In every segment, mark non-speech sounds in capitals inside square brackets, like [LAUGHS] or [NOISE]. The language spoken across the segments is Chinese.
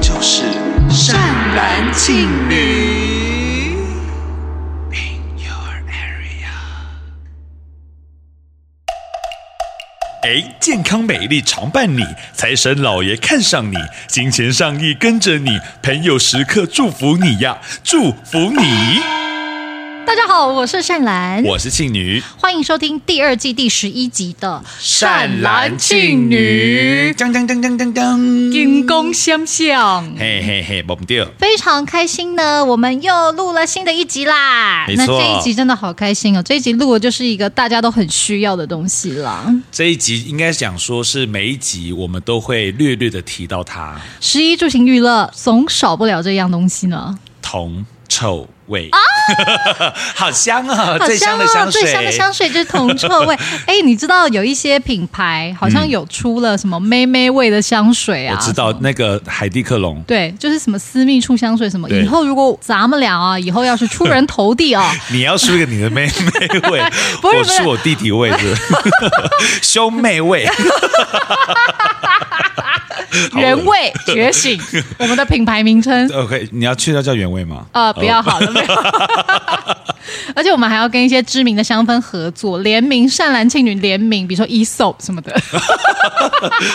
就是善男信女。In your area，哎，健康美丽常伴你，财神老爷看上你，金钱上亿跟着你，朋友时刻祝福你呀，祝福你！大家好，我是善兰，我是庆女，欢迎收听第二季第十一集的《当当当当当当，金工相向。嘿嘿嘿，忘不掉。非常开心呢，我们又录了新的一集啦。没那错这一集真的好开心哦，这一集录的就是一个大家都很需要的东西啦。这一集应该讲说是每一集我们都会略略的提到它，十一住行娱乐总少不了这样东西呢，铜臭味， [LAUGHS] 好香啊！哦好哦最香的香水，最香的香水啊就是铜臭 [LAUGHS] 味。哎，你知道有一些品牌好像有出了什么妹妹味的香水嗯啊？我知道那个海蒂克隆，对，就是什么私密处香水什么。对以后如果咱们俩啊，以后要是出人头地啊，你要输给你的妹妹味， [LAUGHS] 不是我不是输我弟弟味子， [LAUGHS] 兄妹味， [LAUGHS] 好恶原味觉醒，我们的品牌名称 OK，你要去掉叫原味吗？呃不要好了没 [LAUGHS] 有。而且我们还要跟一些知名的香氛合作联名，善兰庆女联名，比如说 e s o p 什么的。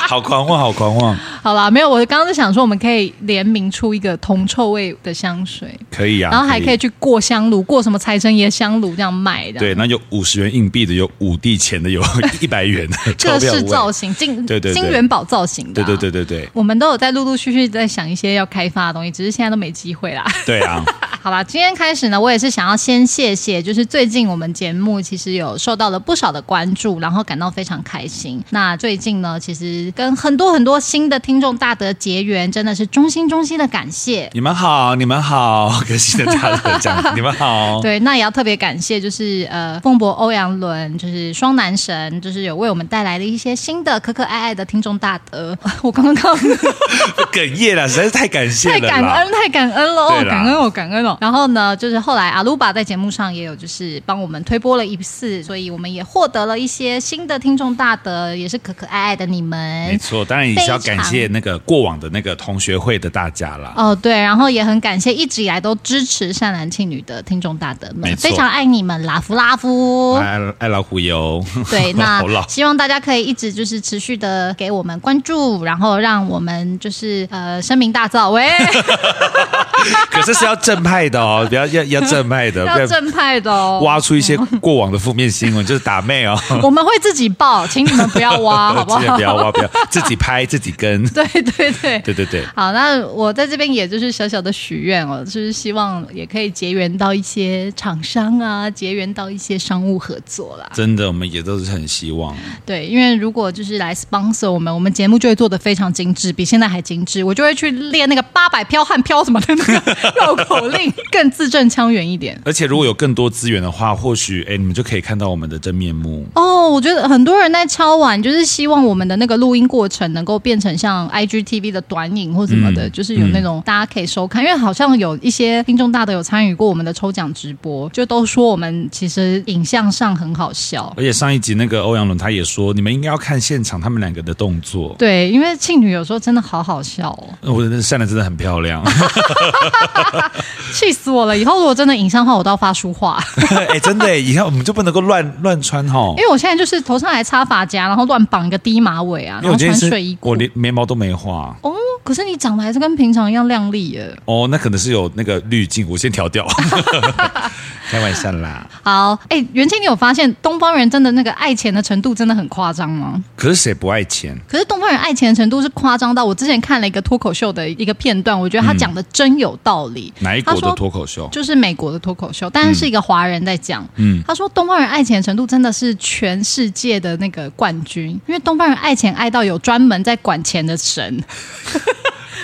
好狂妄，好狂妄，好啦，没有，我刚刚是想说我们可以联名出一个铜臭味的香水，可以啊，然后还可以。去啊过香炉，过什么财神爷香炉这样卖的。对，那有五十元硬币的，有五帝钱 [LAUGHS] 的，有一百元的，钞各票式味造型，啊金对对对金元宝造型的、啊对对对对对我们都有在陆陆续续在想一些要开发的东西，只是现在都没机会啦。 [LAUGHS] 对啊！好啦，今天开始呢，我也是想要先谢谢，就是最近我们节目其实有受到了不少的关注，然后感到非常开心。那最近呢，其实跟很多很多新的听众大德结缘，真的是衷心衷心的感谢。你们好，你们好， [LAUGHS] 可惜的大家 [LAUGHS] 讲，你们好，对，那也要特别感谢，就是呃，凤博欧阳伦，就是双男神，就是有为我们带来了一些新的可可爱爱的听众大德。 [LAUGHS] 我刚刚哽咽啊了，实在是太感谢太了感啦！恩，太感恩了，哦对啦感恩哦，感恩哦。然后呢，就是后来阿鲁巴在节目上也有就是帮我们推播了一次，所以我们也获得了一些新的听众大德，也是可可爱爱的你没们。错，当然也是要感谢那个过往的那个同学会的大家啦。哦，对，然后也很感谢一直以来都支持善男信女的听众大德没们，错非常爱你们，拉夫拉夫。爱爱老虎油，哦对，[LAUGHS] 那好老希望大家可以一直就是持续的给我们关注，然后让我们就是呃声名大 [LAUGHS] 噪，喂，可是是要正派的哦，不要要要正派的，不 [LAUGHS] 要正派的哦。挖出一些过往的负面新闻，就是打妹哦。我们会自己报，请你们不要 [LAUGHS] 挖， [LAUGHS] 好不记得好？不要挖，不要自己拍自己跟。 [LAUGHS] 对对对。对对对，好，那我在这边也就是小小的许愿哦，就是希望也可以结缘到一些厂商啊，结缘到一些商务合作啦。真的我们也都是很希望。对，因为如果就是来 sponsor 我们，我们节目就会做的非常精致，比现在还精致。我就会去练那个八百飘悍飘什么的那个绕口令，更字正腔圆一点。而且如果有更多资源的话，或许哎，你们就可以看到我们的真面目。哦，我觉得很多人在敲碗，就是希望我们的那个录音过程能够变成像 IGTV 的短影或什么的，嗯就是有那种大家可以收看。因为好像有一些听众大的有参与过我们的抽奖直播，就都说我们其实影像上很好笑。而且上一集那个欧阳伦他也说，你们应该要看现场他们两个的动作。对，因为庆女有时候真的好好笑哦。呃我的善良真的很漂亮，气死我了！以后如果真的影像化，我都要发书画， [LAUGHS] [LAUGHS] 哎，真的耶，以后我们就不能够乱乱穿哈因。为我现在就是头上还插发夹，然后乱绑一个低马尾啊，因然为后我今天穿是睡衣，裤我。连眉毛都没画哦，可是你长得还是跟平常一样亮丽耶。哦，那可能是有那个滤镜，我先调掉。 [LAUGHS] 开玩笑啦。好，哎，元庆，你有发现东方人真的那个爱钱的程度真的很夸张吗？可是谁不爱钱？可是东方人爱钱的程度是夸张到我之前看了一个脱口秀的一个片段，我觉得他讲的真有道理。嗯哪一他国说的脱口秀？就是美国的脱口秀，但是是一个华人在讲。嗯他说东方人爱钱的程度真的是全世界的那个冠军，因为东方人爱钱爱到有专门在管钱的神。 [LAUGHS]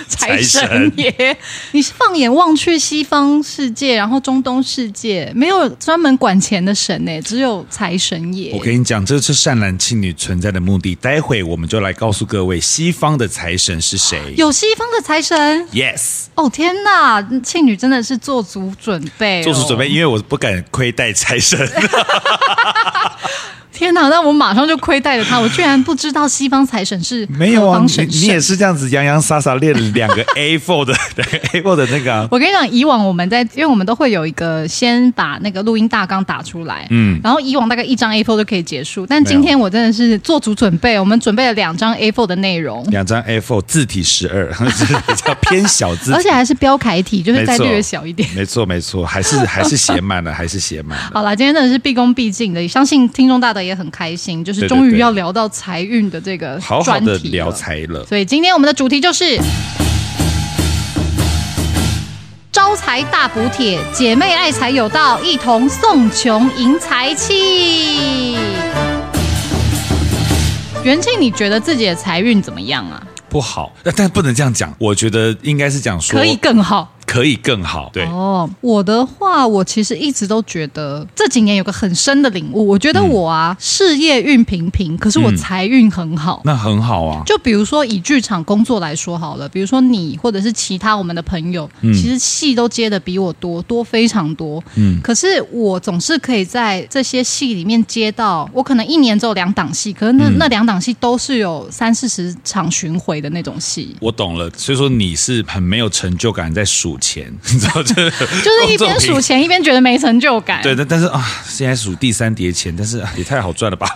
财财神神爷，你是放眼望去，西方世界，然后中东世界，没有专门管钱的神呢、只有财神爷。我跟你讲，这是善男信女存在的目的。待会我们就来告诉各位，西方的财神是谁。有西方的财神 Yes，哦，天哪！庆女真的是做哎足准备、哦做出准备，。因为我不敢亏待财神。天哪，那我马上就亏待了他，我居然不知道西方财神是 [LAUGHS] 没有何啊方，你神你也圣。是这样子洋洋洒洒列了两 [LAUGHS] 个 A4 的两个 A4 的那个、啊，我跟你讲，以往我们在，因为我们都会有一个先把那个录音大纲打出来，嗯，然后以往大概一张 A4 就可以结束，但今没有天我真的是做足准备，我们准备了两张 A4 的内容，两张 A4 字体十二， [LAUGHS] 比较偏小字体， [LAUGHS] 而且还是标楷体，就是没再错略小一点。没错没错，还是还是写满了，还是写满了。好啦，今天真的是毕恭毕敬的，相信听众大德也很开心，就是对对终于对要聊到财运的这个好好专的题聊了财了，所以今天我们的主题就是招财大补帖，姐妹爱财有道，一同送穷迎财气。元庆，你觉得自己的财运怎么样啊？不好，呃但不能这样讲。我觉得应该是讲说可以更好可以更好，对，哦。我的话，我其实一直都觉得这几年有个很深的领悟，我觉得我啊、事业运平平，可是我嗯财运很好。那很好啊。就比如说以剧场工作来说好了，比如说你或者是其他我们的朋友，嗯其实戏都接的比我多多非常多，嗯，可是我总是可以在这些戏里面接到，我可能一年只有两档戏，可是那、嗯那两档戏都是有三四十场巡回的那种戏。我懂了，所以说你是很没有成就感在数钱， [LAUGHS] 你知道哦这 [LAUGHS] 就是一边数。 [LAUGHS] 钱一边觉得没成就感，对，但但是啊，现在数第三叠钱，但 [LAUGHS] 是啊也太好赚了吧？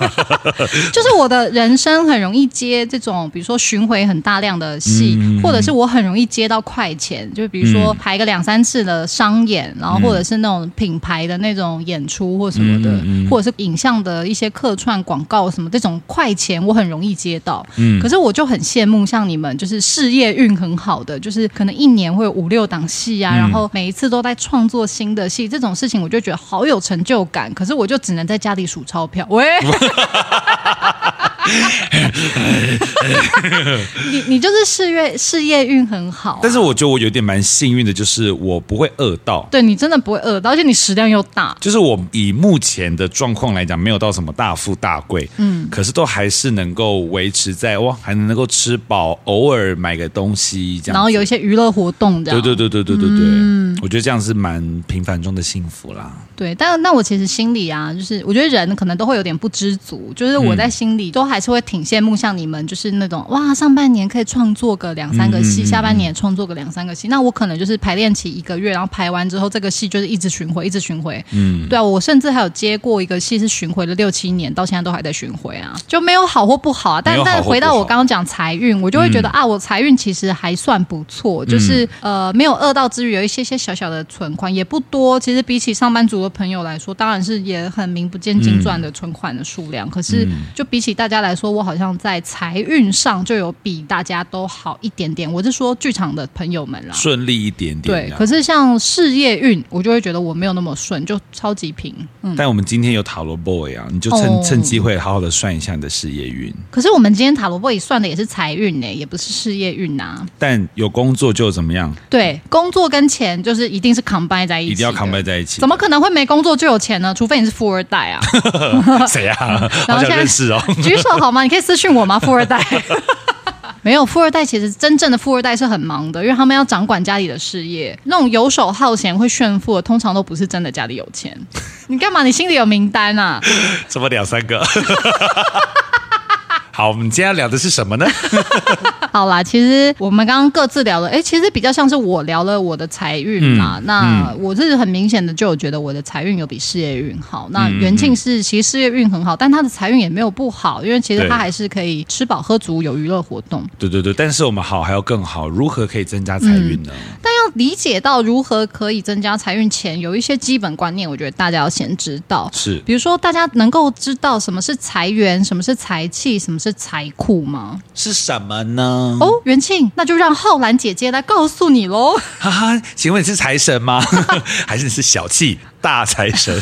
[LAUGHS] 就是我的人生很容易接这种，比如说巡回很大量的戏，或者是我很容易接到快钱，就比如说排个两三次的商演，然后或者是那种品牌的那种演出或什么的，或者是影像的一些客串广告什么这种快钱，我很容易接到。可是我就很羡慕像你们，就是事业运很好的，就是可能一年会有五六档戏啊，然后每一次都在创作新的戏，这种事情我就觉得好有成就感。可是我就只能在家里数钞票，喂。你你就是事业事业运很好啊、但是我觉得我有点蛮幸运的，就是我不会饿到，对你真的不会饿到，而且你食量又大。就是我以目前的状况来讲，没有到什么大富大贵，嗯，可是都还是能够维持在哇，还能够吃饱，偶尔买个东西这样子。然后有一些娱乐活动这样，嗯对对对对对对对，我觉得这样是蛮平凡中的幸福啦。对但那我其实心里啊，就是我觉得人可能都会有点不知足，就是我在心里都还是会挺羡慕像你们，就是那种哇，上半年可以创作个两三个嗯戏，下半年也创作个两三个戏。那我可能就是排练期一个月，然后排完之后，这个戏就是一直巡回，一直巡回。嗯，对啊，我甚至还有接过一个戏是巡回了六七年，到现在都还在巡回啊，就没有好或不好啊。但没有好但或回到不我好刚刚讲财运，我就会觉得、嗯啊，我财运其实还算不错，就是、呃没有饿到之余，有一些些小小的存款，也不多。其实比起上班族的朋友来说，当然是也很名不见嗯经传的存款的数量。可是就比起大家来说，我好像在财运上就有比大家都好一点点。我是说剧场的朋友们啦。顺利一点点这啊对样。，可是像事业运，我就会觉得我没有那么顺，就超级平。嗯，但我们今天有塔罗 boy 啊，你就趁、哦趁机会好好的算一下你的事业运。可是我们今天塔罗波也算的也是财运呢、也不是事业运啊呐、但有工作就怎么样，对，工作跟钱就是一定是 combine 在一起，一定要 combine 在一起。怎么可能会没工作就有钱呢？除非你是富二代啊！谁啊？[LAUGHS] 然好后现想在认识哦。 [LAUGHS] 举手好吗？你可以私讯我吗？富二代。 [LAUGHS] 没有富二代，其实真正的富二代是很忙的，因为他们要掌管家里的事业。那种游手好闲、会炫富的，通常都不是真的家里有钱。你干嘛？你心里有名单啊？怎么两三个？ [LAUGHS] 好，我们今天要聊的是什 [LAUGHS] 么呢？好啦，其实我们刚刚各自聊了，哎，其实比较像是我聊了我的财运啦。那我是很明显的就有觉得我的财运有比事业运好。那元庆是其实事业运很好，但他的财运也没有不好，因为其实对他还是可以吃饱喝足，有娱乐活动。对对对，但是我们好还要更好，如何可以增加财运呢？但要理解到如何可以增加财运前，有一些基本观念，我觉得大家要先知道。是比如说，大家能够知道什么是财源，什么是财气，什么是财库吗？是什么呢？哦，元庆，那就让浩兰姐姐来告诉你喽。哈哈，请问你是财神 [LAUGHS] 吗？还是你是小气大财 [LAUGHS] 神？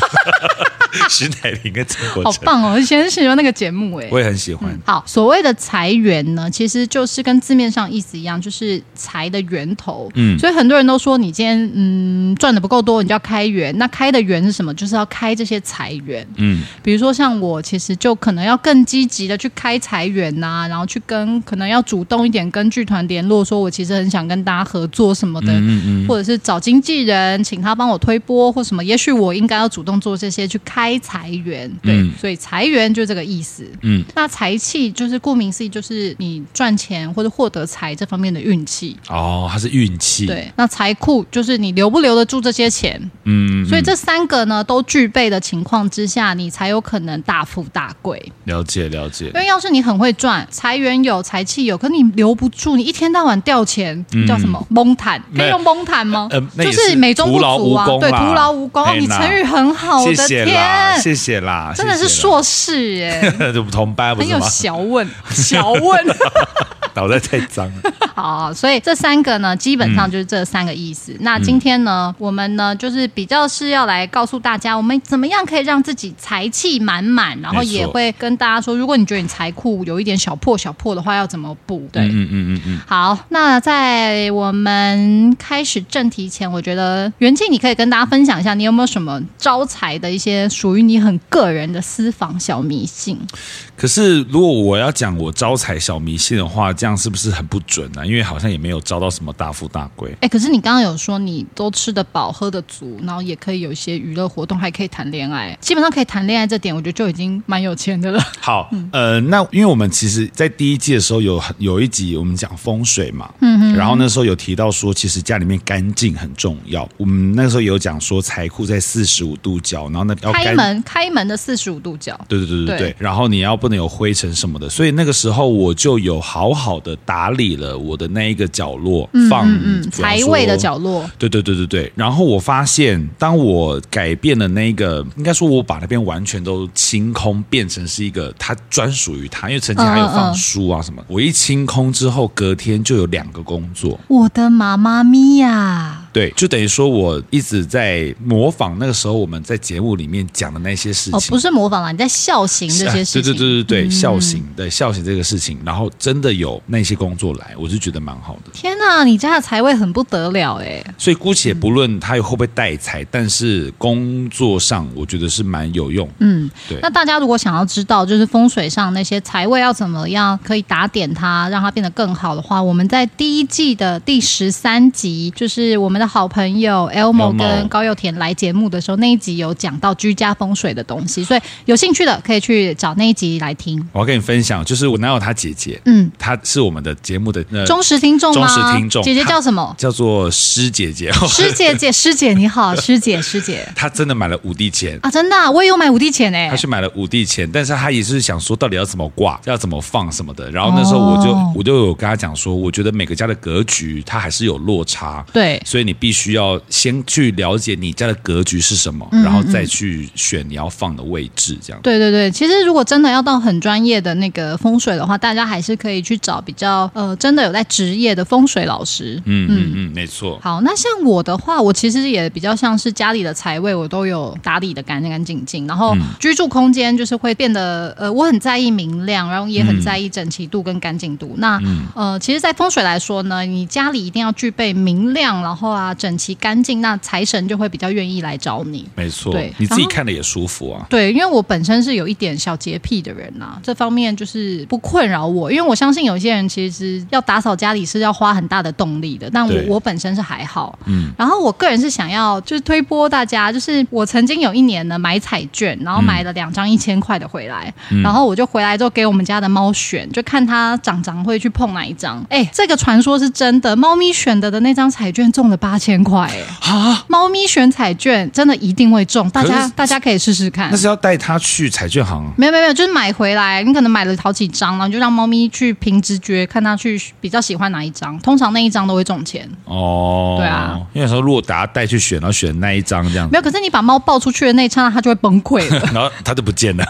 徐乃麟跟曾国好成，棒哦！我以前很喜欢那个节目哎、我也很喜欢。好，所谓的财源呢，其实就是跟字面上意思一样，就是财的源头。嗯，所以很多人都说，你今天嗯赚的不够多，你就要开源。那开的源是什么？就是要开这些财源。嗯，比如说像我，其实就可能要更积极的去开财源呐、然后去跟可能要主动一点跟剧团联络，说我其实很想跟大家合作什么的，或者是找经纪人，请他帮我推播或什么。也许我应该要主动做这些，去开。开财源，对，嗯所以财源就这个意思。嗯，那财气就是顾名思义，就是你赚钱或者获得财这方面的运气。哦，它是运气，，对，那财库就是你留不留得住这些钱，嗯，所以这三个呢都具备的情况之下，你才有可能大富大贵。了解了解因，为要是你很会赚，财源有，财气有，可你留不住，你一天到晚掉钱，叫什么蒙坦？可以用蒙坦吗？嗯呃那也就是是美中不足啊，徒劳无功对，啦徒劳无功。哦嘿，你呐成语很好，我谢的谢啦，天，谢谢啦，真的是硕士耶，谢谢啦，这不同班 [LAUGHS] 不很是有吗？学问，[LAUGHS] 学问。 [LAUGHS] 脑袋太脏了，好，所以这三个呢，基本嗯上就是这三个意思。那今天呢，我们呢就是比较是要来告诉大家，我们怎么样可以让自己财气满满，然后没错也会跟大家说，如果你觉得你财库有一点小破小破的话，要怎么补？对。 [LAUGHS] 嗯嗯嗯嗯，好，那在我们开始正题前，我觉得袁静，你可以跟大家分享一下，你有没有什么招财的一些属于你很个人的私房小迷信？可是如果我要讲我招财小迷信的话，这样是不是很不准呢、啊？因为好像也没有招到什么大富大贵。哎、可是你刚刚有说你都吃得饱、喝得足，然后也可以有一些娱乐活动，还可以谈恋爱，基本上可以谈恋爱这点，我觉得就已经蛮有钱的了。好，嗯呃，那因为我们其实，在第一季的时候有有一集我们讲风水嘛，嗯然后那时候有提到说，其实家里面干净很重要。我们那时候有讲说，财库在四十五度角，然后那要开干。门，开门的四十五度角，对对对对对对，然后你要不能有灰尘什么的，所以那个时候我就有好好的打理了我的那一个角落，放嗯，比方财说位的角落，对对对对对。然后我发现，当我改变了那个，应该说我把那边完全都清空，变成是一个它专属于它，因为曾经还有嗯嗯放嗯书啊什么。我一清空之后，隔天就有两个工作。我的妈妈咪呀！对，就等于说我一直在模仿那个时候我们在节目里面讲的那些事哦，情。[LAUGHS] 不是模仿啦，你在笑行这些事情，啊嗯对对对对对，孝行对孝行这个事情，然后真的有那些工作来，我就觉得蛮好的。天哪，你家的财位很不得了哎、所以姑且不论他会不会带财，但是工作上我觉得是蛮有用的。嗯对，那大家如果想要知道，就是风水上那些财位要怎么样可以打点它，让它变得更好的话，我们在第一季的第十三集，就是我们的好朋友 Elmo Elmo 跟高佑田来节目的时候，那一集有讲到居家风水的东西，所以有兴趣的可以去找那一集来听。我要跟你分享，就是我男友他姐姐，嗯，她是我们的节目的、呃、忠实听众吗？忠实听众姐姐叫 [LAUGHS] 什么？叫做师姐姐， [LAUGHS] 师姐姐，师姐你好，师姐师姐她真的买了五帝钱。啊，真的啊、我也有买五帝钱哎、她去买了五帝钱，但是她也是想说到底要怎么挂，要怎么放什么的。然后那时候我就、哦我就有跟她讲说，我觉得每个家的格局它还是有落差，对所以你必须要先去了解你家的格局是什么，然后再去选你要放的位置，这样。嗯对对对，其实如果真的要到很专业的那个风水的话，大家还是可以去找比较呃真的有在职业的风水老师。嗯嗯嗯，没错。好，那像我的话，我其实也比较像是家里的财位，我都有打理的干干净净，然后居住空间就是会变得呃，我很在意明亮，然后也很在意整齐度跟干净度。那呃，其实，在风水来说呢，你家里一定要具备明亮，然后啊整齐干净，那财神就会比较愿意来找你。没错对，你自己然后看的也舒服啊。对，因为我本身是有一点小洁癖的人呐、啊这方面就是不困扰我，因为我相信有些人其实要打扫家里是要花很大的动力的，但我对我本身是还好。嗯，然后我个人是想要就是推波大家，就是我曾经有一年呢买彩券，然后嗯买了两张一千块的回来，然后我就回来之后给我们家的猫选，就看它长长会去碰哪一张。哎，这个传说是真的，猫咪选的的那张彩券中了八千块，哎，猫咪选彩券真的一定会中，大可家是大家可以试试看那。是要带他去彩券行，没有没有没有，就是买回来，你可能买了好几张，然后你就让猫咪去凭直觉看它去比较喜欢哪一张，通常那一张都会中钱。哦，对啊，因为有时候如果大家带去选，然后选那一张这样没子，有，可是你把猫抱出去的那一刹那，它就会崩溃了，然后他就不见了，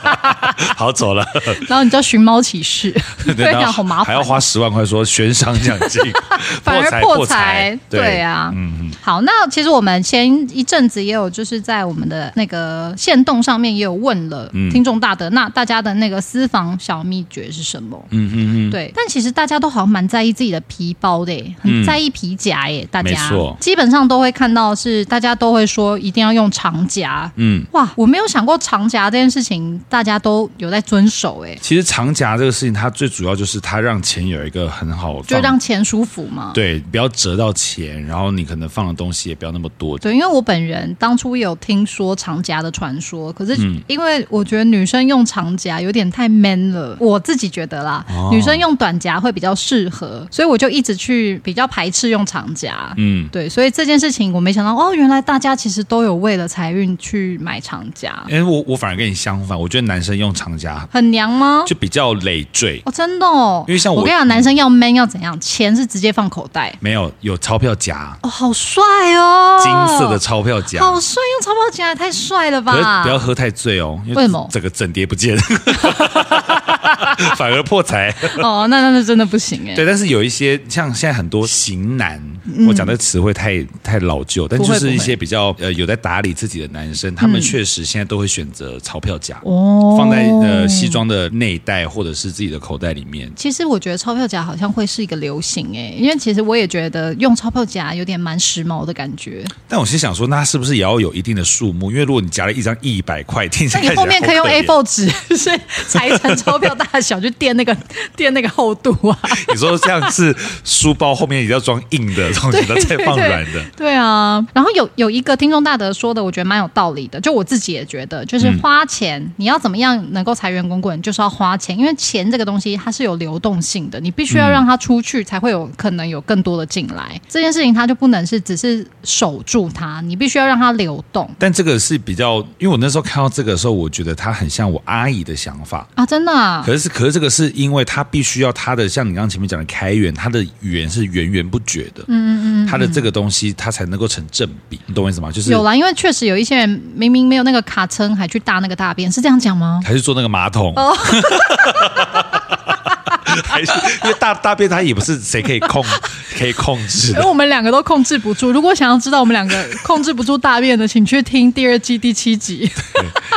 [LAUGHS] 好走了，然后你就要寻猫启事， [LAUGHS] 对然啊，后好麻还烦要。花十万块说悬赏奖金， [LAUGHS] 反而破破财，对啊，啊，嗯好，那其实我们前一阵子也有，就是在我们的那个线动上面也有问了嗯听众大德，那大家的那个私房小秘诀是什么？嗯嗯嗯，对，但其实大家都好像蛮在意自己的皮包的耶，很在意皮夹耶，大嗯没家错基本上都会看到是大家都会说一定要用长夹。嗯。哇，我没有想过长夹这件事情，大家都有在遵守哎，其实长夹这个事情，它最主要就是它让钱有一个很好放，就让钱舒服嘛。对，不要折到钱，间，然后你可能放的东西也不要那么多。对，因为我本人当初有听说长夹的传说，可是嗯因为我觉得女生用长夹有点太 man 了，我自己觉得啦，哦女生用短夹会比较适合，所以我就一直去比较排斥用长夹。嗯，对，所以这件事情我没想到哦，原来大家其实都有为了财运去买长夹，因为我我反而跟你相反，我觉得男生用长夹很娘吗？就比较累赘。哦，真的哦，因为像我我跟你讲，男生要 man 要怎样，钱是直接放口袋。没有有钞票夹，哦，好帅哦！金色的钞票夹，好帅，用钞票夹也太帅了可是吧！不要喝太醉哦，因为什么整个整碟不见， [LAUGHS] 反而破财。 [LAUGHS] 哦，那那那真的不行哎、对，但是有一些像现在很多型男，我讲这个词汇太太老旧，但嗯不就会是一不会嗯些比较呃有在打理自己的男生，他们确实现在都会选择钞票夹，哦放在呃西。装的内袋或者是自己的口袋里面。其实我觉得钞票夹好像会是一个流行哎、因为其实我也觉得用钞票夹有点蛮时髦的 [LAUGHS] 感觉。但我心想说，那是不是也要有一定的数目？因为如果你夹了一张一百块，听起那来你后面看可起来以用啊好怜 A4 纸， [LAUGHS] 就是裁成钞票大小去垫那个 [LAUGHS] 垫那个厚度啊。你说像是书包后面也要装硬的东 [LAUGHS] 西，然后再放软的。对啊，然后有有一个听众大德说的，我觉得蛮有道理的，就我自己也觉得，就是嗯花钱，你要怎么样能够财源滚滚，就是要花钱，因为钱这个东西它是有流动性的，你必须要嗯让它出去，才会有可能有更多的进来。这件事情它就不能是只是守住它，你必须要让它流动但这个是比较，因为我那时候看到这个的时候，我觉得它很像我阿姨的想法。啊！真的、啊，可是，可是这个是因为它必须要它的，像你刚刚前面讲的开源，它的源是源源不绝的。嗯嗯嗯，它的这个东西它才能够成正比，你懂我意思吗？就是有啦，因为确实有一些人明明没有那个卡称，还去搭那个大便，是这样讲吗？还是做那个马桶。 [LAUGHS] 还是因为大大便它也不是谁可以控可以控制因为的，我们两个都控制不住。如果想要知道我们两个控制不住大便的，请去听第二季第七集。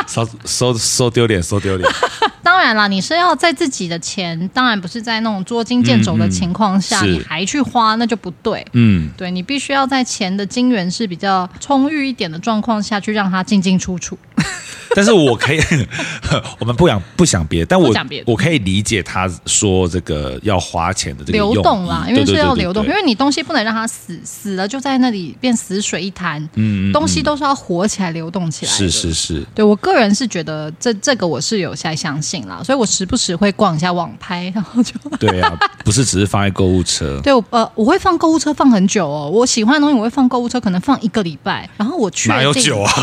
收收收丢脸，收丢脸。当然啦，你是要在自己的钱，当然不是在那种捉襟见肘的情况下，嗯嗯你还去花，那就不对。嗯，对你必须要在钱的金源是比较充裕一点的状况下去让它进进出出。 [LAUGHS] 但是我可以，我们不想不想别的，但不我讲别的我可以理解他说这个要花钱的这个流用动意啦，对因为是对对要对流动，对因为你东西不能让它死，死了就在那里变死水一滩。嗯嗯嗯东西都是要活起来、流动起来的。是是是，对我个人是觉得这这个我是有在相信啦，所以我时不时会逛一下网拍，然后就。对啊， [LAUGHS] 不是只是放在购物车对我呃我会放购物车放很久哦，我喜欢的东西我会放购物车，可能放一个礼拜，然后我确定哪有酒 [LAUGHS] 啊？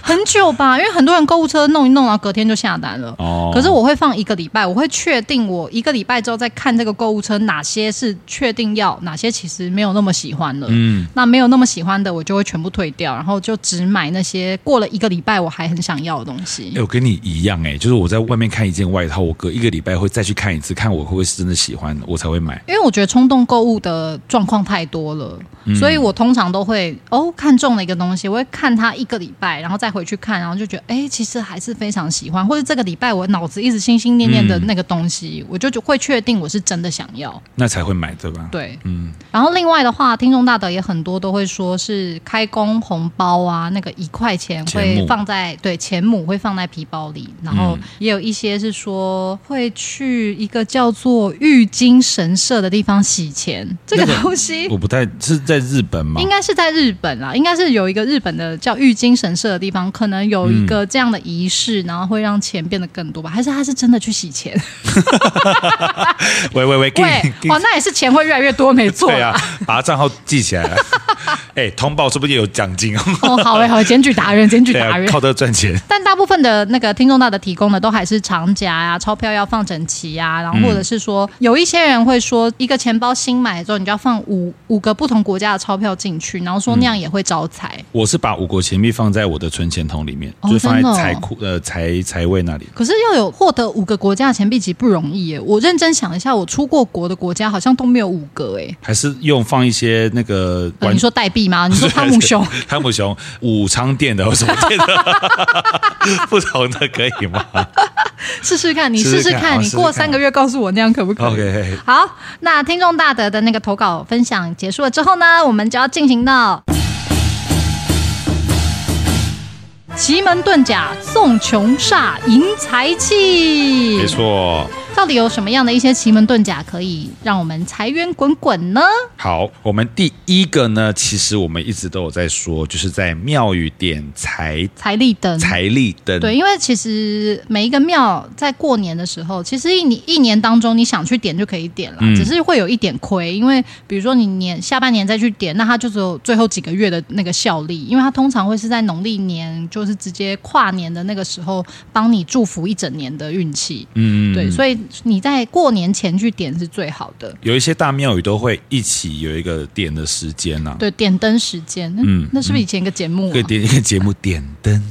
很久吧，因 [LAUGHS] 为很多人购物车弄一弄，然后隔天就下单了。哦可是我会放一个礼拜，我会确定我一个礼拜之后再看这个购物车哪些是确定要，哪些其实没有那么喜欢了。嗯，那没有那么喜欢的，我就会全部退掉，然后就只买那些过了一个礼拜我还很想要的东西。哎、我跟你一样哎、就是我在外面看一件外套，我隔一个礼拜会再去看一次，看我会不会是真的喜欢，我才会买。因为我觉得冲动购物的状况太多了，所以我通常都会哦看中了一个东西，我会看它一个礼拜，然后再回去看，然后就觉得哎，其实还是非常喜欢，或者这个礼拜我脑子一直心心念念的那个东西，我就就会确定我是真的想要。那才会买，对吧？对，嗯，然后另外的话，听众大德也很多都会说是开工红包啊，那个一块钱钱会母放在对钱母会放在皮包里，然后嗯也有一些是说会去一个叫做浴巾神社的地方洗钱，这个那个嗯东西。我不太是在日本吗？应该是在日本啦，应该是有一个日本的叫浴巾神社的地方，可能有一个这样的仪式，然后会让钱变得更多吧？还是他是真的去洗钱？喂喂喂，给对你， [LAUGHS] 给你哦，那也是钱会越来越多，没错啦。对 [LAUGHS] 啊，把他账号记起来。 [LAUGHS] 哎、通报是不是也有奖金？哦，好哎，好，检 [LAUGHS] 举达人，检举对达啊，人。靠这赚钱。但大部分的那个听众大的提供的都还是长夹啊，钞票要放整齐啊，然后或者是说、有一些人会说，一个钱包新买之后，你就要放五五个不同国家的钞票进去，然后说那样也会招财。 [LAUGHS] 我是把五国钱币放在我的存钱筒里面，哦就是放真的在哦财库、呃财财位那里。可是要有获得五个国家的钱币其实不容易耶。我认真想一下，我出过国的国家好像都没有五个哎、还是用放一些那个 [LAUGHS] 呃你说代币吗？你说汤姆熊？对 [LAUGHS] 汤姆熊武昌店的或什么店的， [LAUGHS] 不同的可以吗试试看，你试试试试看看，哦你试试过看三个月告诉我那样可不可以？ ？OK，好，那听众大德的那个投稿分享结束了之后呢，我们就要进行到奇门遁甲送穷煞迎财气。没错，到底有什么样的一些奇门遁甲可以让我们财源滚滚呢？好，我们第一个呢，其实我们一直都有在说，就是在庙宇点财财力灯，财力灯，嗯对，因为其实每一个庙在过年的时候，其实一年一年当中，你想去点就可以点了，嗯只是会有一点亏，因为比如说你年下半年再去点，那它就只有最后几个月的那个效力，因为它通常会是在农历年，就是直接跨年的那个时候，帮你祝福一整年的运气。嗯对，所以你在过年前去点是最好的。有一些大庙宇都会一起有一个点的时间呐、啊，对，点灯时间，嗯嗯，那是不是以前一个节目、啊？可以点一个节目点灯，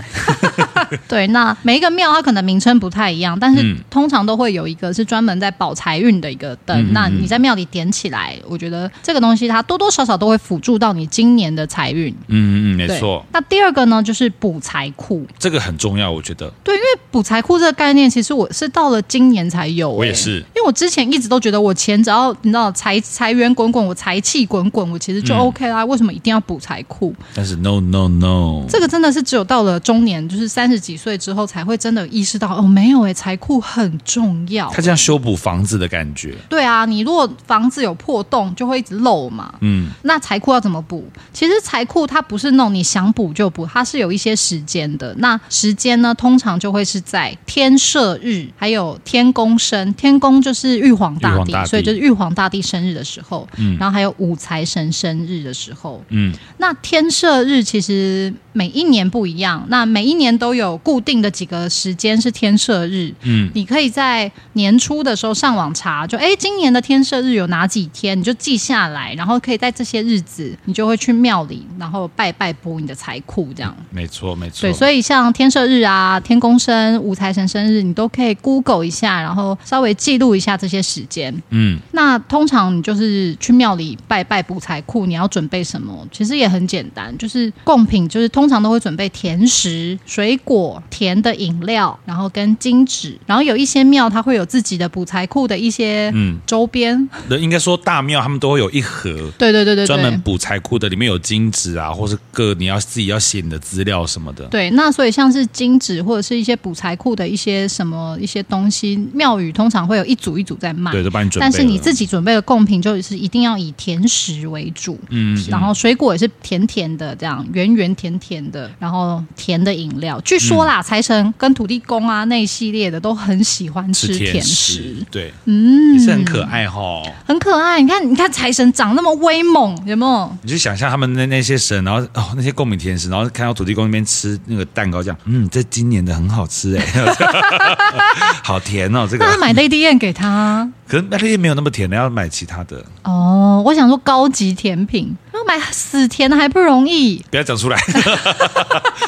对，那每一个庙它可能名称不太一样，但是嗯通常都会有一个是专门在保财运的一个灯。嗯嗯嗯那你在庙里点起来，我觉得这个东西它多多少少都会辅助到你今年的财运。嗯嗯，没对错，。那第二个呢，就是补财库。这个很重要，我觉得，对，因为补财库这个概念，其实我是到了今年才有、我也欸是因为我之前一直都觉得我钱只要你知道财财源滚滚，我财气滚滚，我其实就嗯 OK 啦。为什么一定要补财库？但是 no no no，这个真的是只有到了中年，就是三十几岁之后，才会真的意识到哦，没有诶，财库很重要它。像修补房子的感觉，对啊，你如果房子有破洞，就会一直漏嘛。嗯，那财库要怎么补？其实财库它不是那种你想补就补，它是有一些时间的。那时间呢，通常就会是在天赦日，还有天公生。天公就是玉皇大玉帝，皇大帝所以就是玉皇大帝生日的时候，然后还有五财神生日的时候，嗯，那天赦日其实每一年不一样，那每一年都有固定的几个时间是天赦日。嗯，你可以在年初的时候上网查，就哎，诶今年的天赦日有哪几天，你就记下来，然后可以在这些日子，你就会去庙里，然后拜拜补你的财库，这样。没错没错，对，所以像天赦日啊、天公生、五财神生日，你都可以 Google 一下，然后稍微记录一下这些时间。嗯，那通常你就是去庙里拜拜补财库，你要准备什么？其实也很简单，就是贡品，就是通常都会准备甜食、水果、甜的饮料，然后跟金纸。然后有一些庙它会有自己的补财库的一些嗯周边，那应该说大庙他们都会有一盒。对对对对专门对。补财库的，里面有金纸啊，或是各你要自己要写你的资料什么的。对，那所以像是金纸或者是一些补财库的一些什么一些东西，庙宇通常会有一组一组在卖。对，都帮你准备但了。是你自己准备的贡品就是一定要以甜食为主，嗯，嗯然后水果也是甜甜的，这样圆圆甜甜的，然后甜的饮料。据说嗯啦，财神跟土地公啊那一系列的都很喜欢吃吃甜食，对，嗯也是很可爱哈。很可爱。你看，你看财神长那么威猛，有没有？你就想象他们那那些神，然后哦那些贡品甜食，然后看到土地公那边吃那个蛋糕，这样，嗯，这今年的很好吃哎、 [LAUGHS] 好甜哦，这个那。他买 Lady N 给他可是那些没有那么甜的，要买其他的，哦。我想说高级甜品，要买死甜还不容易，不要讲 [LAUGHS] 出来。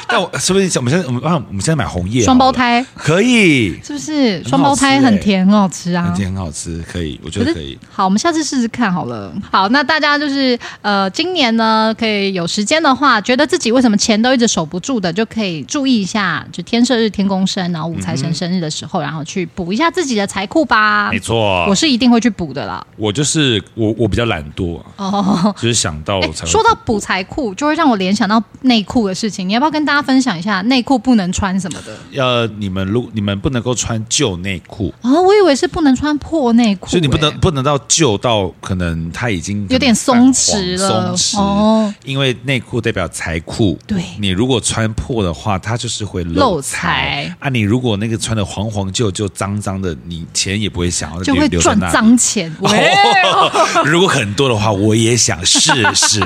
但我是不是我们现在我们啊我们现在买红叶好了双胞胎可以，是不是？吃欸双胞胎很甜，很好吃啊很。甜很好吃，可以，我觉可得是可以。好，我们下次试试看好了。好，那大家就是呃，今年呢，可以有时间的话，觉得自己为什么钱都一直守不住的，就可以注意一下，就天赦日、天公生，然后五财神生日的时候，然后去补一下自己的财库吧没。错，我是一定会去补的啦。我就是我我比较懒惰，哦，就是想到哎才，会说到补财库，就会让我联想到内裤的事情。你要不要跟大家分享一下内裤不能穿什么的？呃，你们如你们不能够穿旧内裤，哦，我以为是不能穿破内裤、所以你不哎能不能到旧到可能它已经有点松弛了松弛哦因为内裤代表财库，对你如果穿破的话，它就是会漏财财啊。你如果那个穿的黄黄旧旧脏脏的，你钱也不会想要就留会留在赚那里哦脏钱。喂 [LAUGHS] 如果很多的话，我也想试试。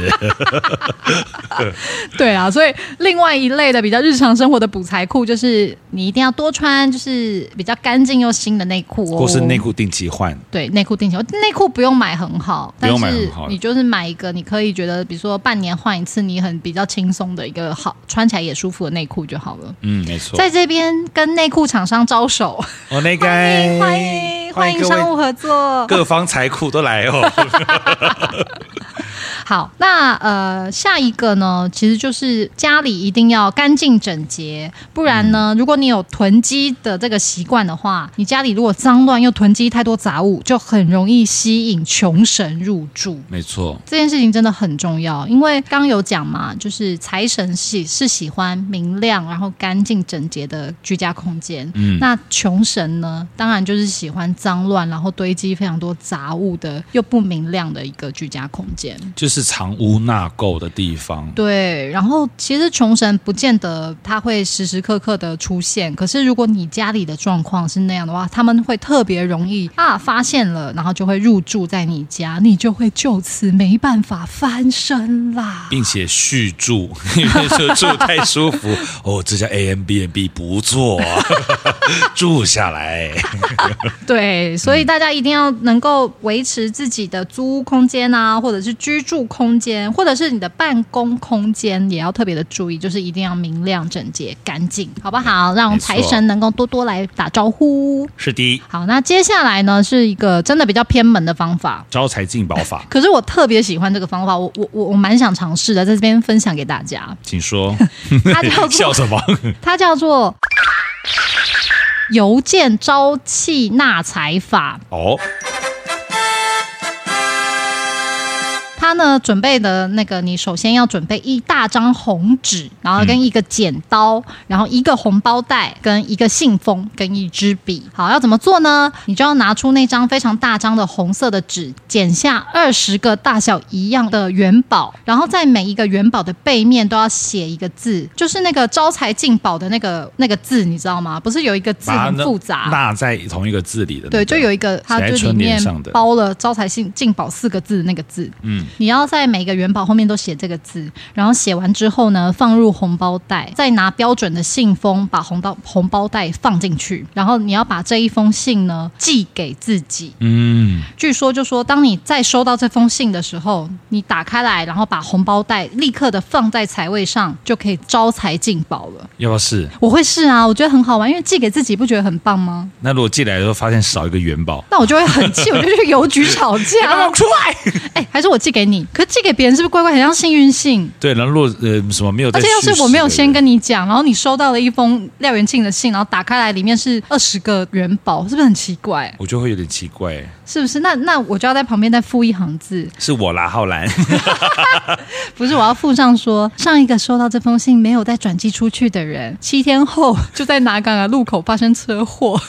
对啊，所以另外一类的比较日常生活的补财裤，就是你一定要多穿，就是比较干净又新的内裤 [LAUGHS] 哦，或是内。裤定期换，对内裤定期，哦内裤不用买很好，不但用买是很好你就是买一个，你可以觉得，比如说半年换一次，你很比较轻松的一个好穿起来也舒服的内裤就好了。嗯，没错。在这边跟内裤厂商招手，我那个哎欢迎 [LAUGHS] 欢迎欢迎各位商务合作。各方财库都来哦。好，那呃，下一个呢，其实就是家里一定要干净整洁，不然呢，如果你有囤积的这个习惯的话，你家里如果脏乱又囤积太多杂物，就很容易吸引穷神入住。 [LAUGHS] 没错，这件事情真的很重要，因为刚有讲嘛，就是财神喜是喜欢明亮，然后干净整洁的居家空间。嗯，那穷神呢，当然就是喜欢脏乱，然后堆积非常多杂物的又不明亮的一个居家空间。就是藏污纳垢的地方。对，然后其实穷神不见得他会时时刻刻的出现，可是如果你家里的状况是那样的话，他们会特别容易啊发现了，然后就会入住在你家，你就会就此没办法翻身啦。并且续住， [LAUGHS] 因为说住太舒服 [LAUGHS] 哦，这家 A M B N B 不错、啊， [LAUGHS] 住下来。对，所以大家一定要能够维持自己的租屋空间啊，或者是居住空间，或者是你的办公空间，也要特别的注意，就是一定要明亮、整洁、干净，好不好？让没错财神能够多多来打招呼。是的，好，那接下来呢是一个真的比较偏门的方法，招财进宝法，可是我特别喜欢这个方法，我我我我蛮想尝试的，在这边分享给大家。请说。它叫 [LAUGHS] 笑做什么？它叫做邮件招气纳财法，哦，他呢准备的那个，你首先要准备一大张红纸，然后跟一个剪刀，然后一个红包袋，跟一个信封，跟一支笔。好，要怎么做呢？你就要拿出那张非常大张的红色的纸，剪下二十个大小一样的元宝，然后在每一个元宝的背面都要写一个字，就是那个招财进宝的那个那个字，你知道吗？不是有一个字把它很那复杂，纳在同一个字里的、对，就有一个，它写在就里春联面上的包了“招财进进宝”四个字的那个字。嗯，你要在每个元宝后面都写这个字，然后写完之后呢，放入红包袋，再拿标准的信封把红包红包袋放进去，然后你要把这一封信呢寄给自己。嗯，据说就说，当你在收到这封信的时候，你打开来，然后把红包袋立刻的放在财位上，就可以招财进宝了。要不要试？我会试啊，我觉得很好玩，因为寄给自己不觉得很棒吗？那如果寄来的时候发现少一个元 [LAUGHS] 宝，那我就会很气，我就去邮局吵架。出来。哎、还是我寄给你，可是寄给别人是不是乖乖很像幸运信？对，然后如果呃什么没有在而叙且事的要人，是我没有先跟你讲，然后你收到了一封廖元庆的信，然后打开来里面是二十个元宝，是不是很奇怪？我就会有点奇怪，是不是？那那我就要在旁边再附一行字，是我啦，浩然。 [LAUGHS] 不是我要附上说上一个收到这封信没有再转寄出去的人，七天后就在哪港的路口发生车祸，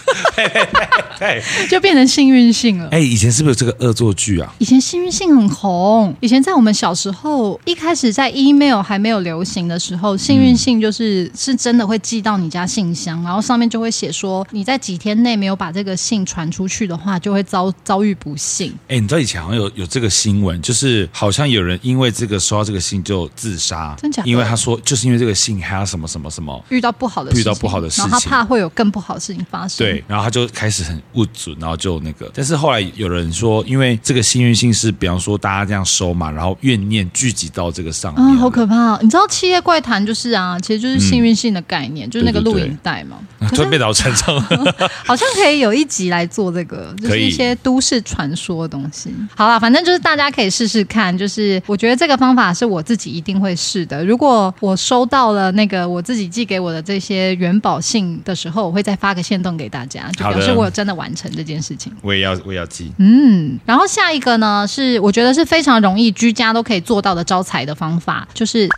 哎就变成幸运信了。哎，以前是不是有这个恶作剧啊？以前幸运信很红，以前在我们小时候，一开始在 email 还没有流行的时候，幸运信就是、是真的会寄到你家信箱，然后上面就会写说，你在几天内没有把这个信传出去的话，就会遭遭遇不幸。哎，你知道以前好像有有这个新闻，就是好像有人因为这个收到这个信就自杀，真假的因为他说就是因为这个信还有什么什么什么，遇到不好的事情，遇到不好的事情然后他怕会有更不好的事情发生。对，，然后他就开始很不准，然后就那个。但是后来有人说，因为这个幸运信是，比方说大家这样收嘛，然后怨念聚集到这个上面，啊、好可怕、哦！你知道《七夜怪谈》就是啊，其实就是幸运信的概念，就是那个嗯对啊录对对影带嘛。突然被老陈唱。 [LAUGHS] 好像可以有一集来做这个，就可是以一些都市传说的东西。好啦，反正就是大家可以试试看。就是我觉得这个方法是我自己一定会试的。如果我收到了那个我自己寄给我的这些元宝信的时候，我会再发个线动给大家，就好的表示我有真的完成这件事情。我也要，我也要记。嗯，然后下一个呢是我觉得是非常容易居家都可以做到的招财的方法，就是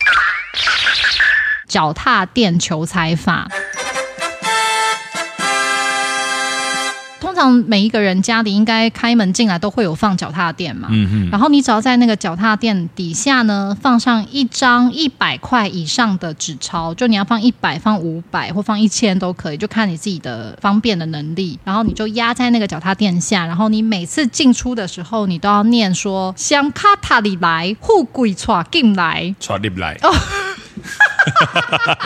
脚踏垫求财法。通常每一个人家里应该开门进来都会有放脚踏垫嘛，嗯然后你只要在那个脚踏垫底下呢，放上一张一百块以上的纸钞，就你要放一百、放五百或放一千都可以，就看你自己的方便的能力。然后你就压在那个脚踏垫下，然后你每次进出的时候，你都要念说“香卡塔里来，富贵闯进来哦哼，传你不来， [LAUGHS]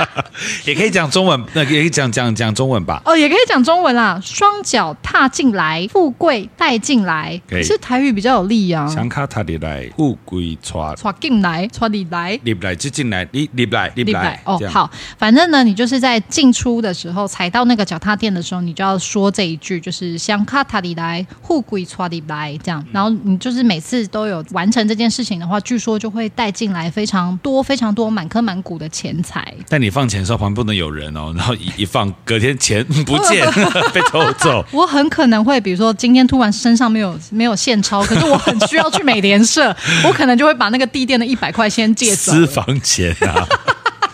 也可以讲中文，那也可以讲讲讲中文吧。哦，也可以讲中文啦。双脚踏进来，富贵带进来，可以是台语比较有力啊。想卡塔里来，富贵传抓进来，抓里来。入来就进来，你入来入立来来哦这，样好，反正呢，你就是在进出的时候踩到那个脚踏垫的时候，你就要说这一句，就是香卡塔里来，护鬼刷里来这样。然后你就是每次都有完成这件事情的话，据说就会带进来非常多、非常多满坑满谷的钱财。但你放钱的时候旁边不能有人哦，然后一一放，隔天钱不见了，被偷走。我很可能会，比如说今天突然身上没有没有现钞，可是我很需要去美联社，我可能就会把那个地垫的一百块先借走，私房钱啊，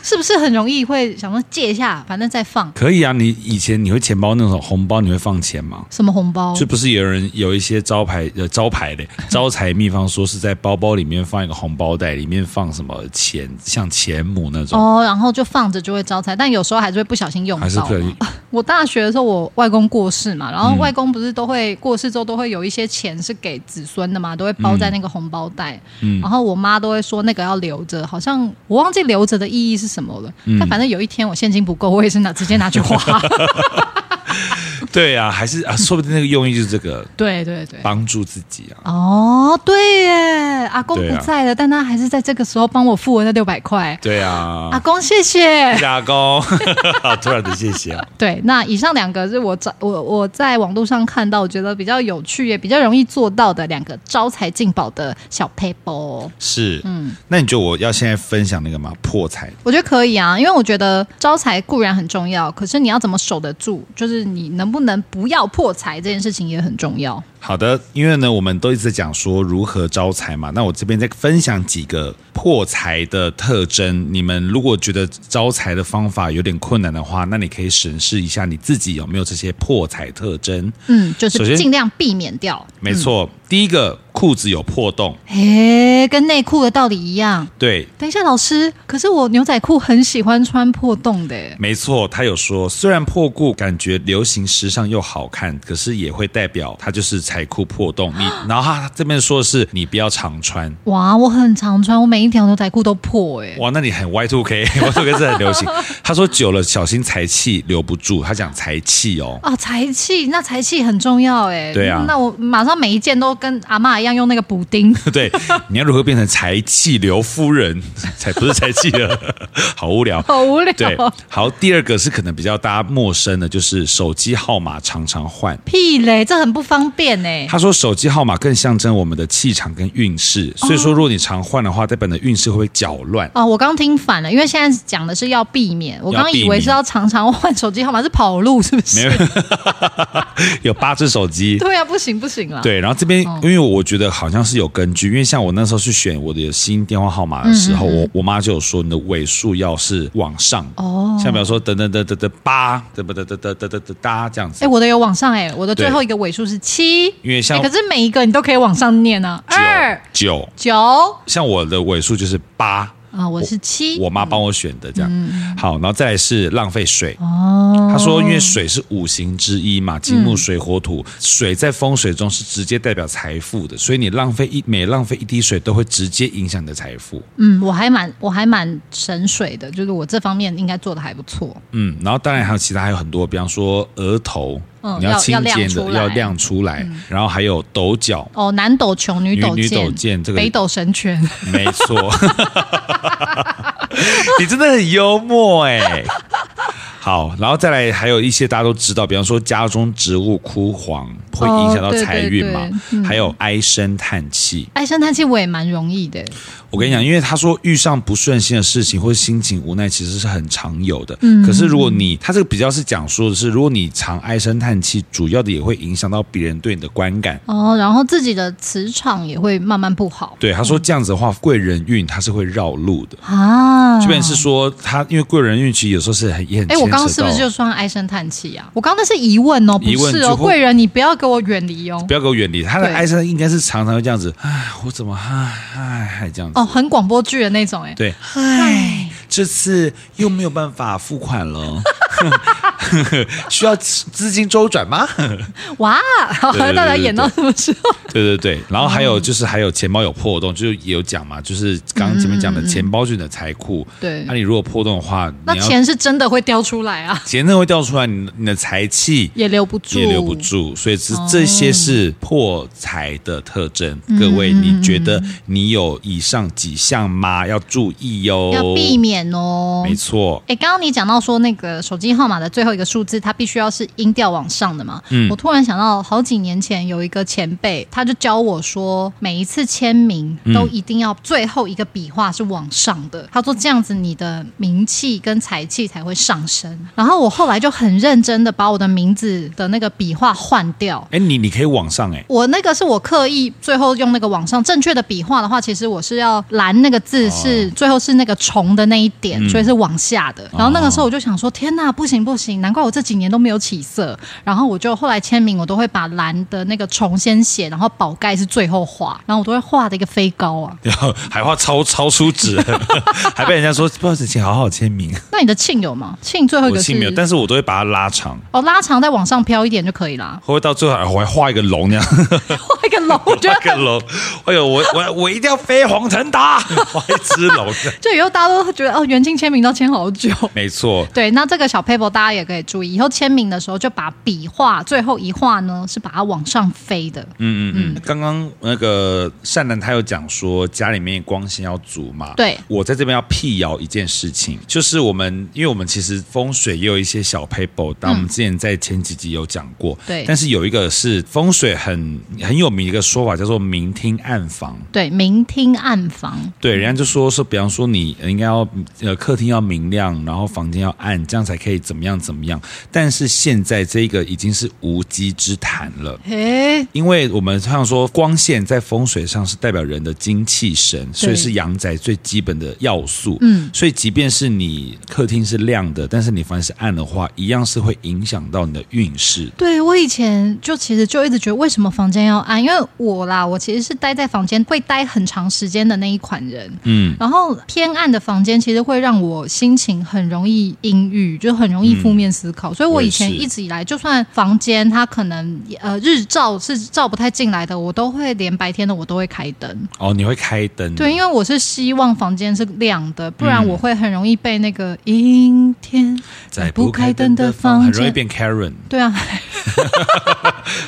是不是很容易会想说借一下，反正再放可以啊！你以前你会钱包那种红包，你会放钱吗？什么红包？就不是有人有一些招牌呃招牌的招财秘方，说是在包包里面放一个红包袋，里面放什么钱，像钱母那种，哦，然后就放着就会招财，但有时候还是会不小心用还是嗯到可嘛。以我大学的时候，我外公过世嘛，然后外公不是都会过世之后都会有一些钱是给子孙的嘛，都会包在那个红包袋。嗯然后我妈都会说那个要留着，好像我忘记留着的意义是什么了。嗯但反正有一天我现金不够，我也是拿 [LAUGHS] 直接拿去 [LAUGHS] 花。对啊，还是啊，说不定那个用意就是这个，对对对。帮助自己啊。哦，对耶，阿公对不啊在了，但他还是在这个时候帮我付了那六百块。对啊，阿公，谢谢。打工，好突然的谢谢啊。对，那以上两个是我找我我在网络上看到，我觉得比较有趣也比较容易做到的两个招财进宝的小 paper。是，嗯，那你觉得我要现在分享那个吗？破财我觉得可以啊，因为我觉得招财固然很重要，可是你要怎么守得住，就是你能不能不要破财这件事情也很重要。好的，因为呢，我们都一直在讲说如何招财嘛，那我这边再分享几个破财的特征。你们如果觉得招财的方法有点困难的话，那你可以审视一下你自己有没有这些破财特征。嗯，就首先是尽量避免掉。没错，第一个裤子有破洞，诶，跟内裤的道理一样。对，等一下，老师，可是我牛仔裤很喜欢穿破洞的耶。没错，他有说，虽然破故感觉流行、时尚又好看，可是也会代表它就是财库破洞。你，然后他这边说的是你不要常穿。哇，我很常穿，我每一条牛仔裤都破哎。哇，那你很 Y two K，Y two K [LAUGHS] 是很流行。他说久了小心财气留不住，他讲财气哦。哦，财气，那财气很重要哎。对啊那我马上每一件都跟阿嬷一样用那个补丁。 [LAUGHS] 对，你要如何变成财气刘夫人？ [LAUGHS] 才不是财气了，好无聊。好无聊对，好，第二个是可能比较大家陌生的，就是手机号码常常换。屁嘞，这很不方便哎。他说，手机号码更象征我们的气场跟运势，所以说，如果你常换的话，代表你的运势会搅乱。哦，我刚听反了，因为现在讲的是要避免，我刚要避免以为是要常常换手机号码，是跑路是不没是？有，有八只手机。对啊，不行不行啦。，对，然后这边因为我觉得好像是有根据，因为像我那时候去选我的新电话号码的时候，我我妈就有说你的尾数要是往上哦像比方说等等等等等八，等等等等等等等哒这样子哎，。我的有往上哎，我的最对后一个尾数是七，因为像哎可是每一个你都可以往上念啊，二九九，九像我的尾数就是八，啊，我是七，我妈帮我选的这样。好，然后再来是浪费水。哦，他说，因为水是五行之一嘛，金木水火土，水在风水中是直接代表财富的，所以你浪费一每浪费一滴水，都会直接影响你的财富。嗯，我还蛮我还蛮神水的，就是我这方面应该做的还不错。嗯，然后当然还有其他还有很多，比方说额头，嗯你要清要亮洁出的来嗯要亮出来，然后还有抖脚，哦，男抖穷，女抖女女剑，抖剑这个北斗神拳。 [LAUGHS] 没错，你真的很幽默哎、好，然后再来还有一些大家都知道，比方说家中植物枯黄会影响到哦对财运嘛，对对嗯还有唉声叹气。唉声叹气我也蛮容易的，我跟你讲，因为他说遇上不顺心的事情或心情无奈，其实是很常有的。嗯可是如果你他这个比较是讲说的是，如果你常唉声叹气，主要的也会影响到别人对你的观感。哦，然后自己的磁场也会慢慢不好对，他说这样子的话，贵人运它是会绕路的。啊。这边是说他，因为贵人运其实有时候是很也很哎，牵我扯刚到刚是不是就算唉声叹气啊？我刚刚那是疑问哦，不疑问是就哦，会贵人你不要给我远离哦不。要给我远离他的对唉声，应该是常常会这样子，唉，我怎么唉唉唉这样子。哦，很广播剧的那种哎。对，唉，这次又没有办法付款了， [LAUGHS] 需要资金周转吗？哇，好对对对到底演到什么时候？对对对，然后还嗯有就是还有钱包有破洞，就是有讲嘛，就是刚刚前面讲的钱包就是你的财库，对那、你如果破洞的话，嗯那你要钱是真的会掉出来啊，钱那会掉出来，你你的财气也留不住，哦也留不。住，所以这这些是破财的特征。嗯各位，你觉得你有以上几项吗？要注意哟、要避免哦，没错，哎，刚刚你讲到说那个手机号码的最后一个数字，它必须要是音调往上的嘛。嗯我突然想到，好几年前有一个前辈，他就教我说，每一次签名嗯都一定要最后一个笔画是往上的。他说这样子你的名气跟财气才会上升。然后我后来就很认真的把我的名字的那个笔画换掉。哎，你你可以往上哎、我那个是我刻意最后用那个往上正确的笔画的话，其实我是要蓝那个字哦是、最后是那个虫的那一点，所以是往下的。嗯然后那个时候我就想说，天呐，不行不行，难怪我这几年都没有起色。然后我就后来签名，我都会把蓝的那个虫先写，然后宝盖是最后画，然后我都会画的一个飞高啊。然后还画超超出纸， [LAUGHS] 还被人家说不好意思，请好好签名。那你的庆有吗？庆最后一我个是签没有，但是我都会把它拉长，，哦拉长再往上飘一点就可以啦会不会到最后哎我还画一个龙 [LAUGHS] 那样。 [LAUGHS] 画一个 [LAUGHS] 龙，我觉画个得龙，哎呦，我我我一定要飞黄腾达， [LAUGHS] 画一只龙。 [LAUGHS] 就以后大家都觉得哦，袁静签名都签好久。 [LAUGHS] 没错，对，那这个小 paper 大家也可以注意，以后签名的时候就把笔画最后一画呢是把它往上飞的。嗯嗯嗯。刚刚那个善男他有讲说家里面光线要足嘛，对我在这边要辟谣一件事情，就是我们因为我们其实风水也有一些小 paper，但我们之前在前几集有讲过，对但是有一个是风水很很有名的一个说法，叫做明厅暗房。对，明厅暗房，对，人家就说说，比方说你呃应该要呃客厅要明亮，然后房间要暗，这样才可以怎么样怎么样。但是现在这个已经是无稽之谈了。诶，因为我们常说光线在风水上是代表人的精气神，所以是阳宅最基本的要素。嗯所以即便是你客厅是亮的，但是你房间是暗的话，一样是会影响到你的运势。对我以前就其实就一直觉得为什么房间要暗，因为我啦，我其实是待在房间会待很长时间的那一款人。嗯，然后偏暗的房间其实会让我心情很容易阴郁，就很容易负面思考。所以我以前我也是一直以来，就算房间它可能呃日照是照不太进来的，我都会连白天的我都会开灯。哦，你会开灯。对，因为我是希望房间是亮的，嗯不然我会很容易被那个阴天在不开灯的房很容易变 Karen。对 [LAUGHS] 啊 [LAUGHS]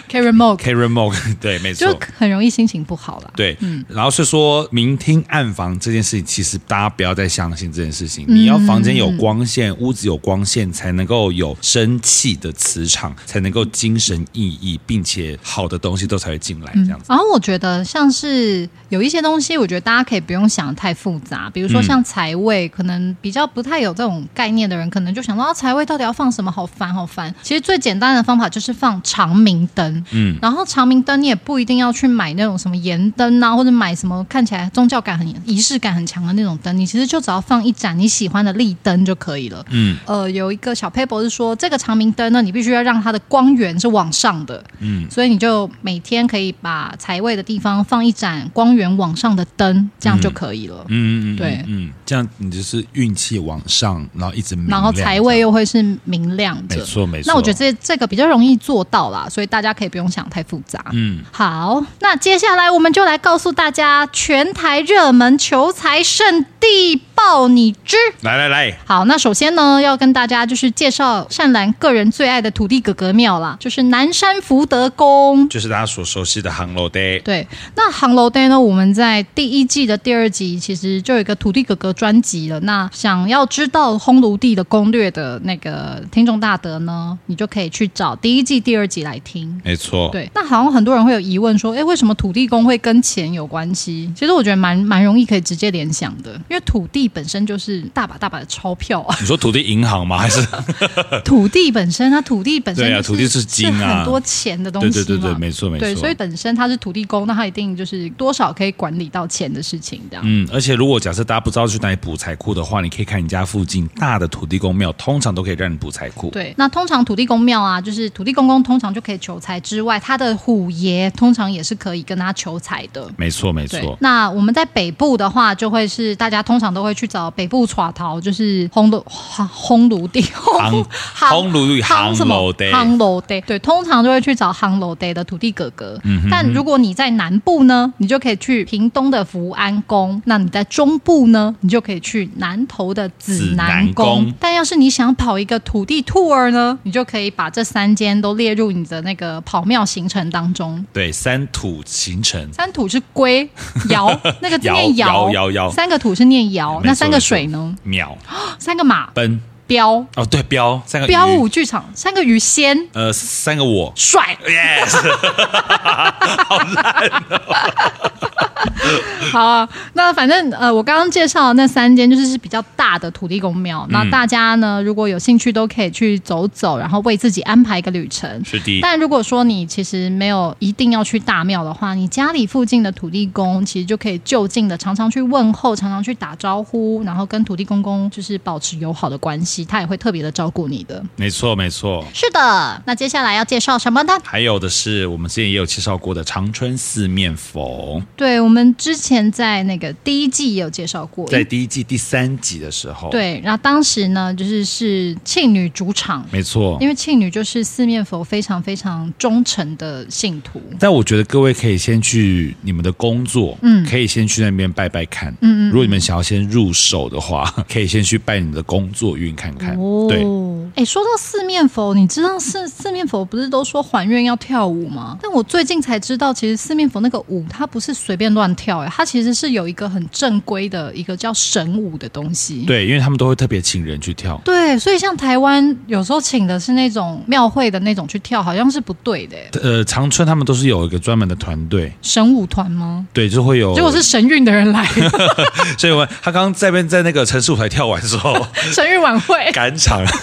，Karen m o g Karen m o g [LAUGHS] 对，没错，就很容易心情不好啦。对，然后是说明厅暗房这件事情，其实大家不要再相信这件事情。嗯你要房间有光线，屋子有光线，才能够有生气的磁场，才能够精神奕奕，并且好的东西都才会进来。嗯这样子，然后我觉得像是有一些东西，我觉得大家可以不用想太复杂，比如嗯说像财位，可能比较不太有这种概念的人，可能就想到啊财位到底要放什么，好烦好烦。其实最简单的方法就是放长明灯，嗯，然后长明灯你也不一定要去买那种什么盐灯啊，或者买什么看起来宗教感很仪式感很强的那种灯，你其实就只要放一盏你喜欢的立灯就可以了。嗯，呃，有一个小 paper 是说，这个长明灯呢，你必须要让它的光源是往上的，嗯，所以你就每天可以把财位的地方放一盏光源往上的灯，这样就可以了。嗯嗯嗯，对嗯，这样你就是运气往上，然后一直明然后亮财位又会是明亮的，没错没错那我觉得这这个比较容易做到啦，所以大家可以不用想太复杂。嗯，好，那接下来我们就来告诉大家全台热门求财圣地爆你知。来来来，好，那首先呢，要跟大家就是介绍善兰个人最爱的土地哥哥庙啦，就是南山福德宫。就是大家所熟悉的航楼 day。对，那航楼 day 呢？我们在第一季的第二集其实就有一个土地哥哥专辑了。那想要知道烘炉地的攻略的那个听众大德呢，你就可以去找第一季、第二集来听。没错，对，那好像很多人会有疑问说，诶，为什么土地公会跟钱有关系？其实我觉得蛮蛮容易可以直接联想的，因为土地本身就是大把大把的钞票啊。你说土地银行吗？还是土地本身，它土地本身对啊就是土地是金啊很多钱的东西对对嘛。对对，没错没对错。所以本身它是土地公，那它一定就是多少可以管理到钱的事情，这样。嗯，而且如果假设大家不知道去哪里补财库的话，你可以看你家附近大的土地公庙，通常都可以让你补财库。对，那通常土地公庙啊，就是土地公公通常就可以求财之外，他的虎爷通通常也是可以跟他求财的。没错没对错，，那我们在北部的话，就会是大家通常都会去找北部耍桃，就是烘炉烘烘炉地烘烘烘炉地烘什么烘炉地烘炉地，对，通常就会去找烘炉地的土地哥哥。嗯但如果你在南部呢，你就可以去屏东的福安宫；那你在中部呢，你就可以去南投的紫南紫南宫但要是你想跑一个土地 tour 呢，你就可以把这三间都列入你的那个跑庙行程当中。对三土形成，三土是龟 [LAUGHS] 尧，那个字念尧尧，尧尧尧三个土是念尧，没错那三个水呢？秒三个马奔彪哦，对标三个彪鱼舞剧场，三个鱼仙呃三个我帅。 ，yes， [LAUGHS] 哦 [LAUGHS] 好啊，那反正呃，我刚刚介绍的那三间就是是比较大的土地公庙，嗯那大家呢如果有兴趣都可以去走走，然后为自己安排一个旅程。是的，但如果说你其实没有一定要去大庙的话，你家里附近的土地公其实就可以就近的常常去问候，常常去打招呼，然后跟土地公公就是保持友好的关系，他也会特别的照顾你的。没错没错。是的，那接下来要介绍什么呢？还有的是，我们之前也有介绍过的长春四面佛，对我们之前在那个第一季也有介绍过，在第一季第三集的时候，，对，然后当时呢就是是庆女主场。没错因。为庆女就是四面佛非常非常忠诚的信徒，但我觉得各位可以先去你们的工作，嗯，可以先去那边拜拜看，嗯嗯。如果你们想要先入手的话， [LAUGHS] 可以先去拜你的工作运看看，对。哎、说到四面佛，你知道四四面佛不是都说还愿要跳舞吗？但我最近才知道，其实四面佛那个舞，它不是随便乱跳、哎，它其实是有一个很正规的一个叫神舞的东西。对，因为他们都会特别请人去跳，对所以像台湾有时候请的是那种庙会的那种去跳，好像是不对的、哎呃，长春他们都是有一个专门的团队，神舞团吗？对，就会有。结果是，神韵的人来 [LAUGHS] 所以我他刚刚在边在那个城市舞台跳完 [LAUGHS] 之后，神韵晚会，赶场。 [LAUGHS]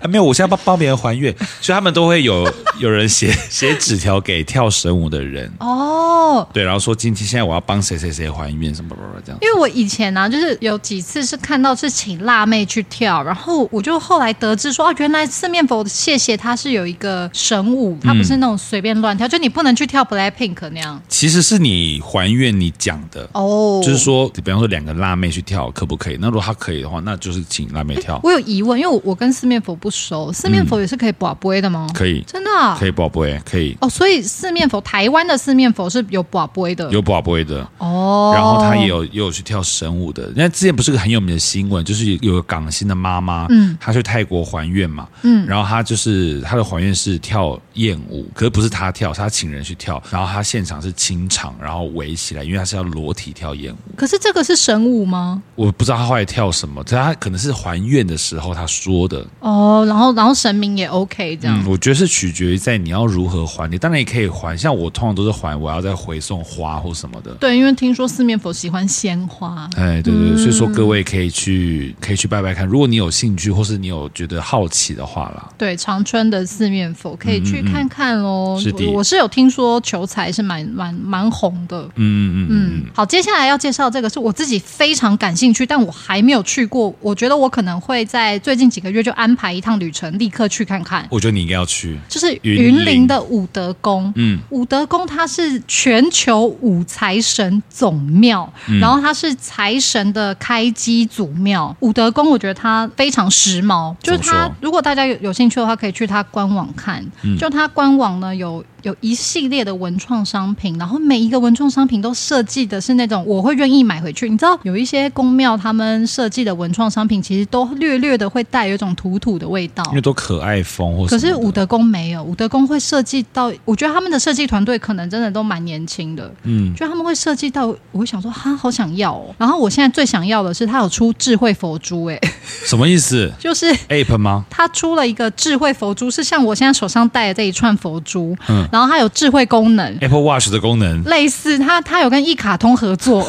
啊没有，我现在帮帮别人还愿，所以他们都会 [LAUGHS] 有有人写写纸条给跳神舞的人，哦，对，然后说今天现在我要帮谁谁谁还愿什么什么这样。因为我以前呢、啊，就是有几次是看到是请辣妹去跳，然后我就后来得知说，哦、啊，原来四面佛谢谢它是有一个神舞，它不是那种随便乱跳，就你不能去跳 Black Pink 那样。其实是你还愿你讲的，哦就是，说，比方说两个辣妹去跳可不可以？那如果她可以的话，那就是请辣妹 [LAUGHS] 跳，我有疑问，因为我我跟四面佛不熟，四面佛也是可以把杯的吗？嗯可以，真的、啊可？以宝贝，可以哦，所以四面佛台湾的四面佛是有把杯的。有宝贝的。哦，然后他也有也有去跳神舞的。那之前不是个很有名的新闻，就是有个港星的妈妈，嗯，她去泰国还愿嘛，嗯，然后她就是她的还愿是跳艳舞，可是不是她跳，是她请人去跳，然后她现场是清场，然后围起来，因为她是要裸体跳艳舞。可是这个是神舞吗？我不知道她后来跳什么，但她可能是还愿的时候她说的。哦，然后然后神明也 OK 这样。嗯，我觉得是取决于在你要如何还你，当然也可以还，像我通常都是还，我要再回送花或什么的。对，因为听说四面佛喜欢鲜花。哎，对对，对所以说嗯各位可以去可以去拜拜看，如果你有兴趣或是你有觉得好奇的话啦，对长春的四面佛可以去看看喽、嗯是的我我是有听说求财是蛮蛮蛮红的。嗯嗯嗯，嗯，好，接下来要介绍这个是我自己非常感兴趣，但我还没有去过。我觉得我可能会在最近几个月就安排一趟旅程，立刻去看看。我觉得你应该要去，就是云云林林的武德宫，嗯，武德宫它是全球五财神总庙，嗯然后它是财神的开基祖庙。武德宫我觉得它非常时髦，就是怎么它说如果大家有有兴趣的话，可以去它官网看。嗯就它官网呢有有一系列的文创商品，然后每一个文创商品都设计的是那种我会愿意买回去。你知道有一些宫庙他们设计的文创商品，其实都略略的会带有一种土土的味道，因为都可爱风或什可么是武的德宫没有，武德宫会设计到，我觉得他们的设计团队可能真的都蛮年轻的，嗯，就他们会设计到，我会想说哈，好想要哦。然后我现在最想要的是，他有出智慧佛珠、欸，哎， [LAUGHS] 什么意思就是。 ？ape 吗？他出了一个智慧佛珠，是像我现在手上戴的这一串佛珠，嗯然后它有智慧功能， Apple Watch 的功能，类似它它有跟一卡通合作， [LAUGHS]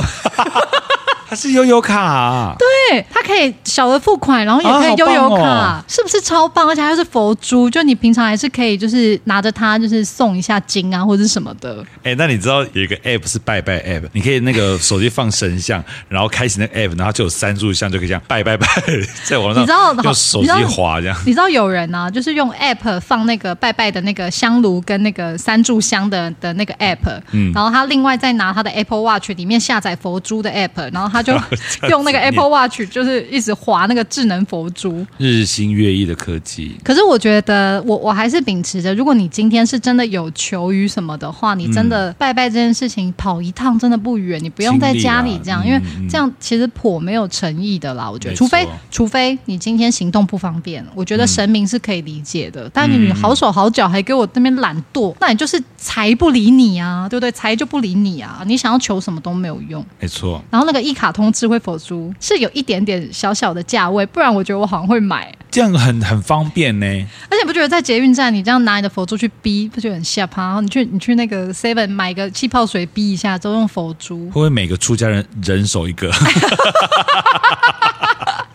它是悠悠卡、啊，对，对，它可以小额付款，然后也可以啊悠游好棒卡，哦是不是超棒？而且它又是佛珠，就你平常还是可以就是拿着它就是送一下经啊或者是什么的。哎、那你知道有一个 app 是拜拜 app，你可以那个手机放神像，然后开启那个 app，然后就有三炷香，就可以这样拜拜 [LAUGHS] 拜，在网你知道上用手机滑这样。你知道有人啊，就是用 app 放那个拜拜的那个香炉跟那个三炷香的的那个 app，、然后他另外再拿他的 Apple Watch 里面下载佛珠的 app，然后他就用那个 Apple Watch 就是一直划那个智能佛珠。日新月异的科技，可是我觉得我我还是秉持着，如果你今天是真的有求于什么的话，你真嗯的拜拜这件事情跑一趟真的不远，你不用在家里这样，因经历为啦嗯这样其实颇没有诚意的啦。我觉得，没除错嗯非除非你今天行动不方便，我觉得神明是可以理解的。但你好手好脚还给我那边懒惰，那你就是财不理你啊，对不对？财就不理你啊，你想要求什么都没有用。没哎错。然后那个一卡通智慧佛珠是有一点点小小的价位，不然我觉得我好像会买。这样很很方便呢。而且不觉得在捷运站你这样拿你的佛珠去逼，不觉得很吓趴？然后你去你去那个 Seven 买个气泡水逼一下，都用佛珠会。不会每个出家人人手一个？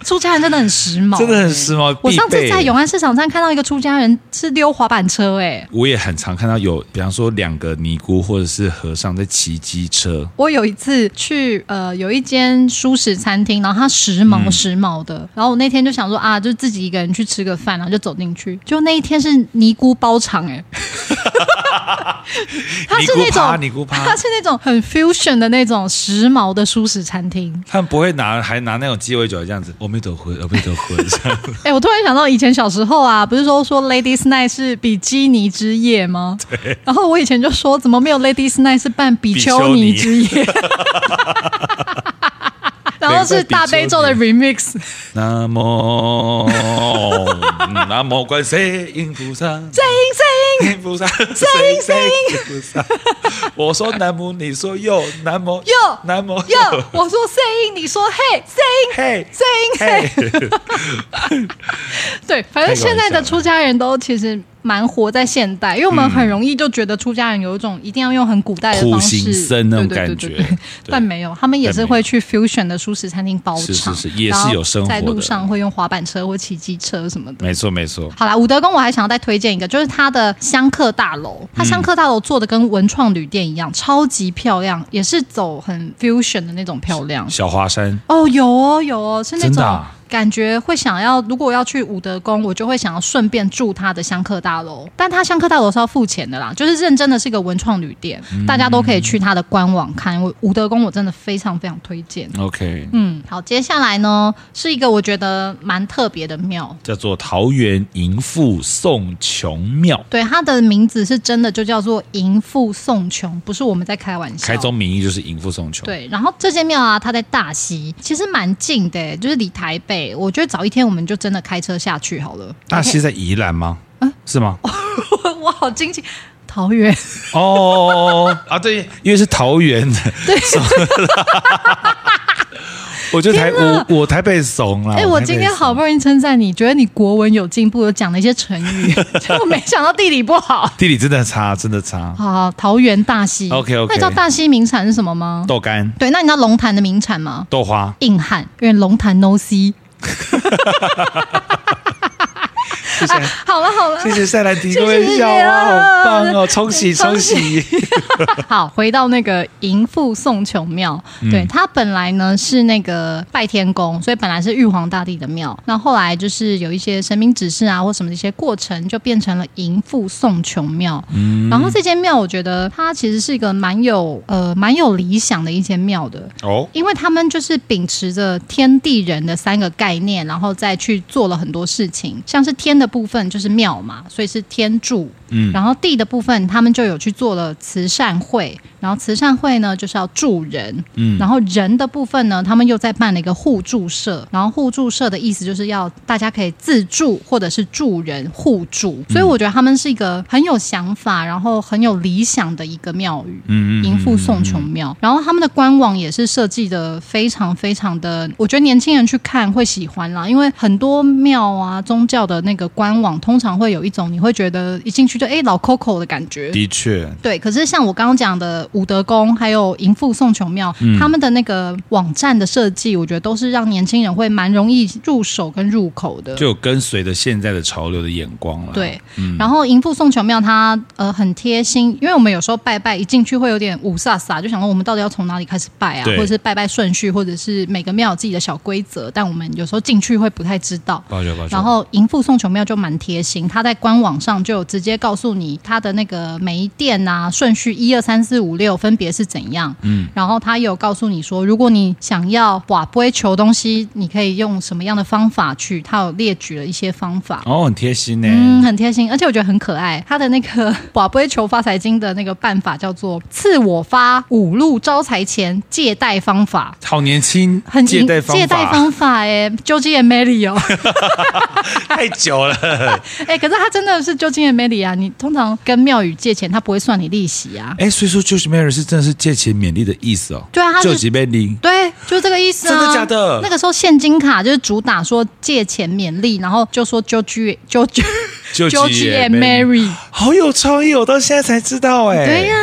出家人真的很时髦、真的很时髦欸我上必次备在永安市场站看到一个出家人是溜滑板车、欸，我也很常看到有，比方说两个尼姑或者是和尚在骑机车，我有一次去呃有一间素食餐厅，然后它时嗯髦时髦的，然后我那天就想说啊，就自己一个人去吃个饭，然后就走进去，就那一天是尼姑包 [LAUGHS] 场、欸，哎，它是那尼姑趴种尼姑趴它是那种很 fusion 的那种时髦的素食餐厅。他们不会拿还拿那种鸡尾酒这样子，我没得婚，我没得婚，这样 [LAUGHS] 哎、我突然想到以前小时候啊，不是说说 Ladies Night 是比基尼之夜吗？对。然后我以前就说，怎么没有 Ladies Night 是办比丘尼之夜？ [LAUGHS] 然后是大悲咒的 remix，南无 [LAUGHS] 南无观世音菩萨，声音 [LAUGHS] 音菩萨，声音声音菩萨。我说南无，你说右，南无右南无声音，哟，我说声音，你说嘿，声音 [LAUGHS] 嘿声音嘿。嘿，对，反正现在开个的玩笑出家人都其实蛮活在现代，因为我们很容易就觉得出家人有一种一定要用很古代的方式，苦行僧那种对对对感觉对对对但没有，他们也是会去 fusion 的素食餐厅包场，是是是也是然后有生活在的路上会用滑板车或骑机车什么的。没错没错，好啦，武德宫我还想要再推荐一个，就是它的香客大嗯楼，它香客大楼做的跟文创旅店一样，超级漂亮，也是走很 fusion 的那种漂亮。小华山哦，有哦，有哦，是那真种的啊感觉会想要，如果要去武德宫，我就会想要顺便住他的香客大楼。但他香客大楼是要付钱的啦，就是认真的是一个文创旅店，嗯大家都可以去他的官网看。我武德宫我真的非常非常推荐。 ，OK，嗯，好，接下来呢是一个我觉得蛮特别的庙，叫做桃园淫妇送穷庙。对，它的名字是真的就叫做淫妇送穷，不是我们在开玩笑。开宗明义就是淫妇送穷，，对，然后这间庙啊，它在大溪，其实蛮近的耶，就是离台北。我觉得早一天我们就真的开车下去好了。大溪在宜兰吗？是吗？ [LAUGHS] 我我好惊奇，桃园，哦啊，对，因为是桃园的，对，我觉得台天哪我啊我台北怂了。哎、我今天好不容易称赞你，觉得你国文有进步，有讲了一些成 [LAUGHS] 语，就没想到地理不好。地理真的差，真的差。好，桃园大溪 OK，OK 那你知道大溪名产是什么吗？豆干、对，那你知道龙潭的名产吗？豆花，硬汉，因为龙潭 no C。谢哎，好了好了，谢谢赛兰提谢谢供的笑谢谢话，啊好棒哦！冲洗冲洗， [LAUGHS] 好，回到那个淫妇送穷庙，对它本来呢是那个拜天宫，所以本来是玉皇大帝的庙，那后来就是有一些神明指示啊或什么的一些过程，就变成了淫妇送穷庙。然后这间庙，我觉得它其实是一个蛮有呃蛮有理想的一间庙的，哦，因为他们就是秉持着天地人的三个概念，然后再去做了很多事情，像是天的部分就是庙嘛，所以是天柱，嗯，然后地的部分他们就有去做了慈善会，然后慈善会呢就是要助人，嗯，然后人的部分呢，他们又在办了一个互助社，然后互助社的意思就是要大家可以自助或者是助人互助，所以我觉得他们是一个很有想法，然后很有理想的一个庙宇，嗯淫妇送穷庙，然后他们的官网也是设计的非常非常的，我觉得年轻人去看会喜欢啦，因为很多庙啊宗教的那个官网通常会有一种你会觉得一进去去就哎老 Coco 的感觉。的确，对，可是像我刚刚讲的武德宫还有淫妇宋琼庙，嗯他们的那个网站的设计，我觉得都是让年轻人会蛮容易入手跟入口的。就有跟随着现在的潮流的眼光了。对，嗯然后淫妇宋琼庙它呃很贴心，因为我们有时候拜拜一进去会有点五煞煞，就想说我们到底要从哪里开始拜啊，对或者是拜拜顺序，或者是每个庙有自己的小规则，但我们有时候进去会不太知道。抱歉，抱歉。然后银富宋琼庙就蛮贴心，它在官网上就有直接告诉你它的那个每一店啊顺序一二三四五六分别是怎样。嗯，然后它也有告诉你说，如果你想要瓦不会求东西，你可以用什么样的方法去，它有列举了一些方法。哦，很贴心呢、嗯，很贴心，而且我觉得很可爱。它的那个 [LAUGHS] 瓦不会求发财金的那个办法叫做“赐我发五路招财钱借贷方法”。好年轻，很借银贷方借贷法方法哎、究竟也没理由。 [LAUGHS] 太久了。哦 [LAUGHS] 哎、可是他真的是究竟也没理啊！你通常跟庙宇借钱，他不会算你利息啊。哎，所以说 Judge Mary 是真的是借钱勉励的意思哦。对啊他是救急被领。对，就是这个意思啊。真的假的那个时候现金卡就是主打说借钱免利，然后就说究居究居究究极居也也 marry marry。好有创意，我哦到现在才知道哎、对呀、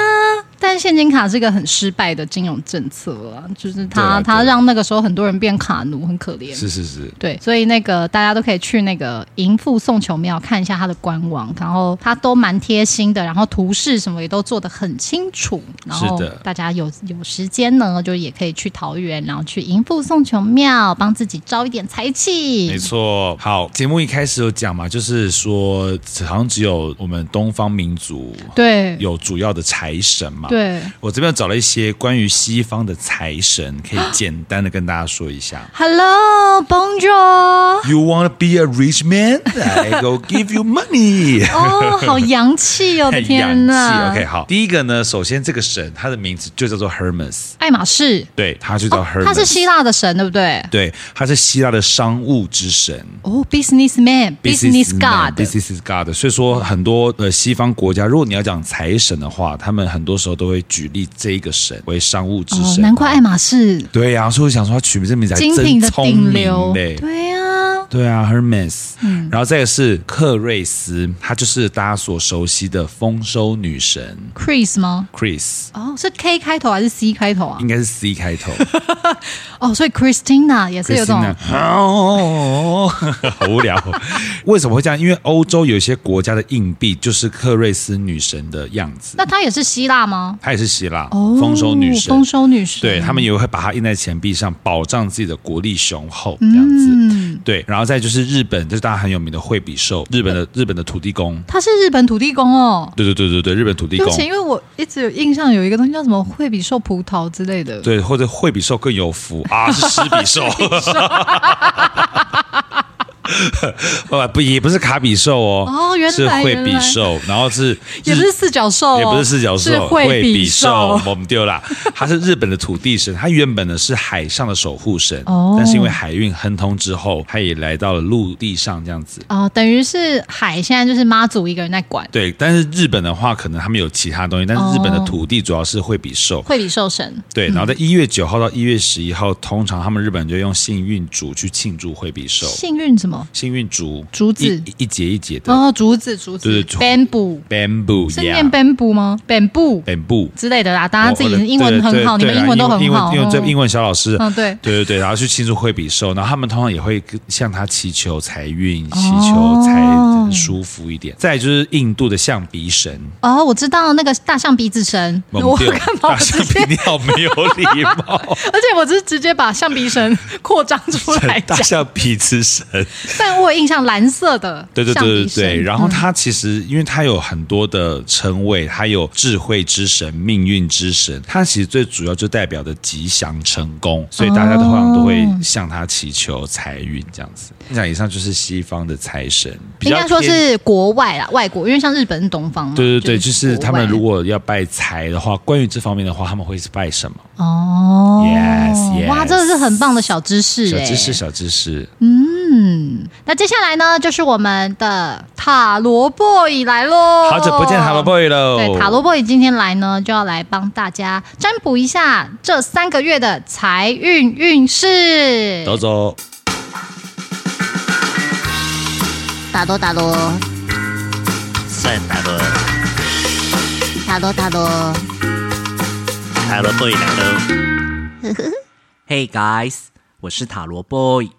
但现金卡是一个很失败的金融政策啊，就是对啊它对它让那个时候很多人变卡奴，很可怜。是是是，对，所以那个大家都可以去那个银富宋球庙看一下它的官网，然后它都蛮贴心的，然后图示什么也都做得很清楚。然后是的大家有有时间呢，就也可以去桃园，然后去银富宋球庙帮自己招一点财没气。错。好，节目一开始有讲嘛，就是说好像只有我们东方民族对有主要的财神嘛。。对，我这边找了一些关于西方的财神，可以简单的跟大家说一下。 Hello, Bonjour。 You wanna be a rich man? I go give you money. [LAUGHS] 哦，好洋气哦！[LAUGHS] 我太的洋天气呐！OK，好，第一个呢，首先这个神他的名字就叫做 Hermes，爱马仕，哦对，他就叫 Hermes，、他是希腊的神，对不对？对，他是希腊的商务之神。哦，businessman、business god， business god，所以说很多呃西方国家，如果你要讲财神的话，他们很多时候都会举例这一个神为商务之哦，神。难怪爱马仕对呀、所以我想说他取名这名字还精品真的聪顶明流，嗯嘞。对啊，对啊，Hermes，、然后再一个是克瑞斯，她就是大家所熟悉的丰收女神 Chris 吗？ Chris，哦，是 K 开头还是 C 开头啊应？该是 C 开头。哦，所以 Christina 也是有这种 Christina 哦， [LAUGHS] 好无聊哦。为什么会这样？因为欧洲有些国家的硬币就是克瑞斯女神的样子那，她也是希腊吗？她也是希腊哦，丰收女神丰。收女神，对他们也会把它印在钱币上，保障自己的国力雄厚这样子。嗯对，然后再就是日本，就是大家很有名的惠比寿，日本的日本的土地公。她是日本土地公哦。对对对对对，日本土地对公不。起，因为我一直有印象有一个东西叫什么惠比寿葡萄之类的。对，或者惠比寿更有福 [LAUGHS] 啊，是施比寿，呃，不也不是卡比寿哦，哦原来是惠比寿，然后是也不是四角兽哦、也不是四角兽，是惠比寿。我们丢啦。它是日本的土地神，它原本呢是海上的守护神，哦但是因为海运亨通之后，它也来到了陆地上这样子。哦、等于是海现在就是妈祖一个人在管，对，但是日本的话，可能他们有其他东西，但是日本的哦土地主要是惠比寿，惠比寿神。对，然后在一月九号到一月十一号，通常他们日本人就用幸运竹去庆祝惠比寿。幸运什么？幸运竹，竹子一一一节一节的、哦，竹子，竹子对对竹，bamboo， bamboo，是 yeah，念 bamboo 吗？bamboo bamboo。之类的啦，大啊家自我己英文很好，你对们对啊英文都很英文好，因为这嗯英文小老师，嗯对对对对，然后去庆祝惠比寿，然后他们通常也会向他祈求财运，祈求哦财舒服一点。再来就是印度的象鼻神，哦，我知道那个大象鼻子神，我对干嘛大我直象接鼻，尿没有礼 [LAUGHS] 貌，而且我只是直接把象鼻神扩张出来 [LAUGHS] 大讲，象鼻之神。但我有印象蓝色的对对象对对鼻神嗯对，然后他其实，因为他有很多的称谓，他有智慧之神、命运之神，他其实最主要就代表的吉祥成功，所以大家的话都会向他祈求财运这样子。那以上就是西方的财神，比应较该说偏。是国外啦，外国，因为像日本是东方嘛，对对对，就是他们国外如果要拜财的话，关于这方面的话，他们会是拜什么？哦 Yes，哇， yes 这是很棒的小知识，小知哎识，小知识。嗯，那接下来呢，就是我们的塔罗 boy 来喽，好久不见，塔罗 boy 喽。哦对，塔罗 boy 今天来呢，就要来帮大家占卜一下这三个月的财运运势。走走。打罗打罗，在塔罗塔罗塔罗，塔罗 boy 来喽。hey [LAUGHS] guys，我是塔罗 boy。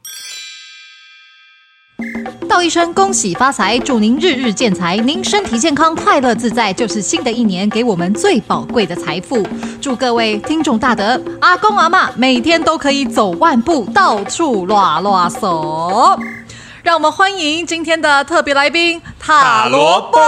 道一声恭喜发财，祝您日日见财，您身体健康，快乐自在，就是新的一年给我们最宝贵的财富。祝各位听众大德、阿公阿嬷每天都可以走万步，到处拉拉手。让我们欢迎今天的特别来宾塔罗 boy。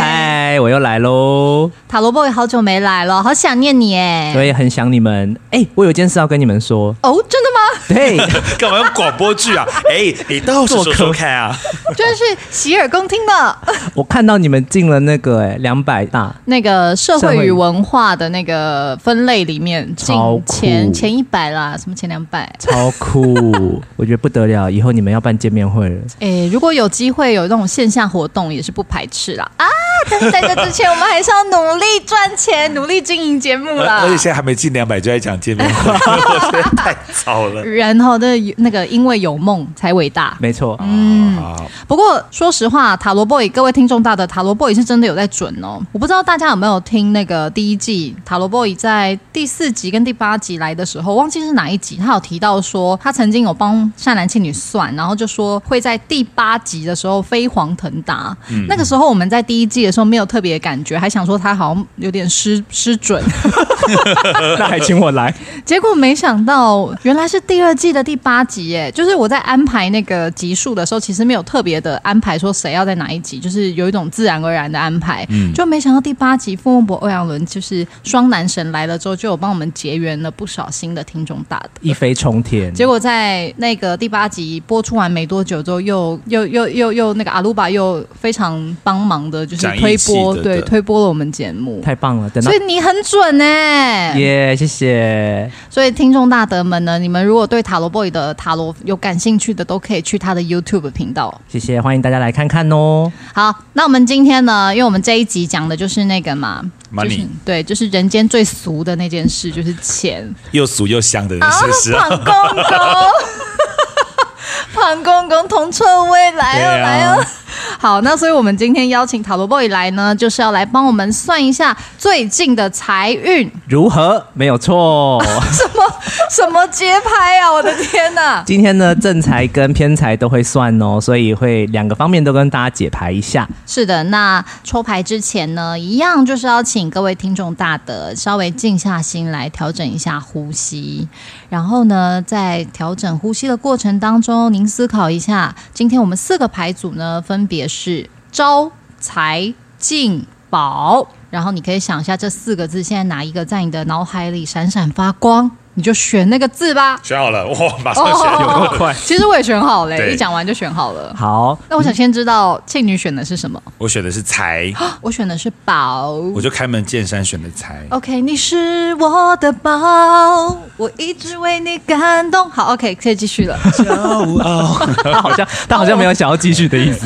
嗨，我又来喽，塔罗 boy 好久没来了，好想念你哎。所以很想你们。哎、我有件事要跟你们说。哦，真的吗？对， [LAUGHS] 干嘛用广播剧啊？ [LAUGHS] 哎、你倒是说说看啊！真是洗耳恭听的。我看到你们进了那个哎两百大，那个社会与文化的那个分类里面，进超酷前前一百啦，什么前两百？超酷， [LAUGHS] 我觉得不得了。以后你们要办见面会了。诶，如果有机会有这种线下活动，也是不排斥啦。啊，但是在这之前，我们还是要努力赚钱，努力经营节目而啦 [LAUGHS] 而。且现在还没进两百就在讲见面 [LAUGHS] 会，我觉得太早了。人哦，的那个因为有梦才伟大。没错，嗯好，不过说实话，塔罗 boy 各位听众大的塔罗 boy 是真的有在准哦。我不知道大家有没有听那个第一季塔罗 boy 在第四集跟第八集来的时候，忘记是哪一集，他有提到说他曾经有帮善男信女算，然后就说会在第八集的时候飞黄腾达。那个时候我们在第一季的时候没有特别感觉，还想说他好像有点失失准，那还请我来。结果没想到，原来是第二季的第八集耶！就是我在安排那个集数的时候，其实没有特别的安排说谁要在哪一集，就是有一种自然而然的安排。就没想到第八集哎傅孟博、欧阳伦就是双男神来了之后，就有帮我们结缘了不少新的听众大的。一飞冲天，结果在那个第八集播出完没多久之后，又又又又又那个阿鲁巴又非常帮忙的，就是讲义推气播，的对，对推播了我们节目。太棒了。等到所以你很准哎、耶谢谢。所以，听众大德们呢，你们如果对塔罗 boy 的塔罗有感兴趣的，都可以去他的 YouTube 频道。谢谢，欢迎大家来看看哦。好，那我们今天呢，因为我们这一集讲的就是那个嘛 Money 就是对，就是人间最俗的那件事，就是钱。又俗又香的人是哦不是？庞公公，庞公公铜臭味来哦、对啊来哦。好，那所以我们今天邀请塔罗 boy 来呢，就是要来帮我们算一下最近的财运，如何？没有错。 [LAUGHS] 什么什么节拍啊！我的天哪、今天呢，正财跟偏财都会算哦，所以会两个方面都跟大家解牌一下。是的，那抽牌之前呢，一样就是要请各位听众大德稍微静下心来调整一下呼吸，然后呢，在调整呼吸的过程当中，您思考一下，今天我们四个牌组呢，分别是招财进宝，然后你可以想一下这四个字，现在哪一个在你的脑海里闪闪发光，你就选那个字吧。选好了，哇，马哦上选，有够快。其实我也选好了，对一讲完就选好了。好， [GASPS] 那我想先知道庆女选的是什么？我选的是财，我选的是宝。我就开门见山选的财。 OK，你是我的宝，我一直为你感动。好，OK，可以继续了。 [LAUGHS] 哦他哦 [LAUGHS] 好像他好像没有想要继续的意思。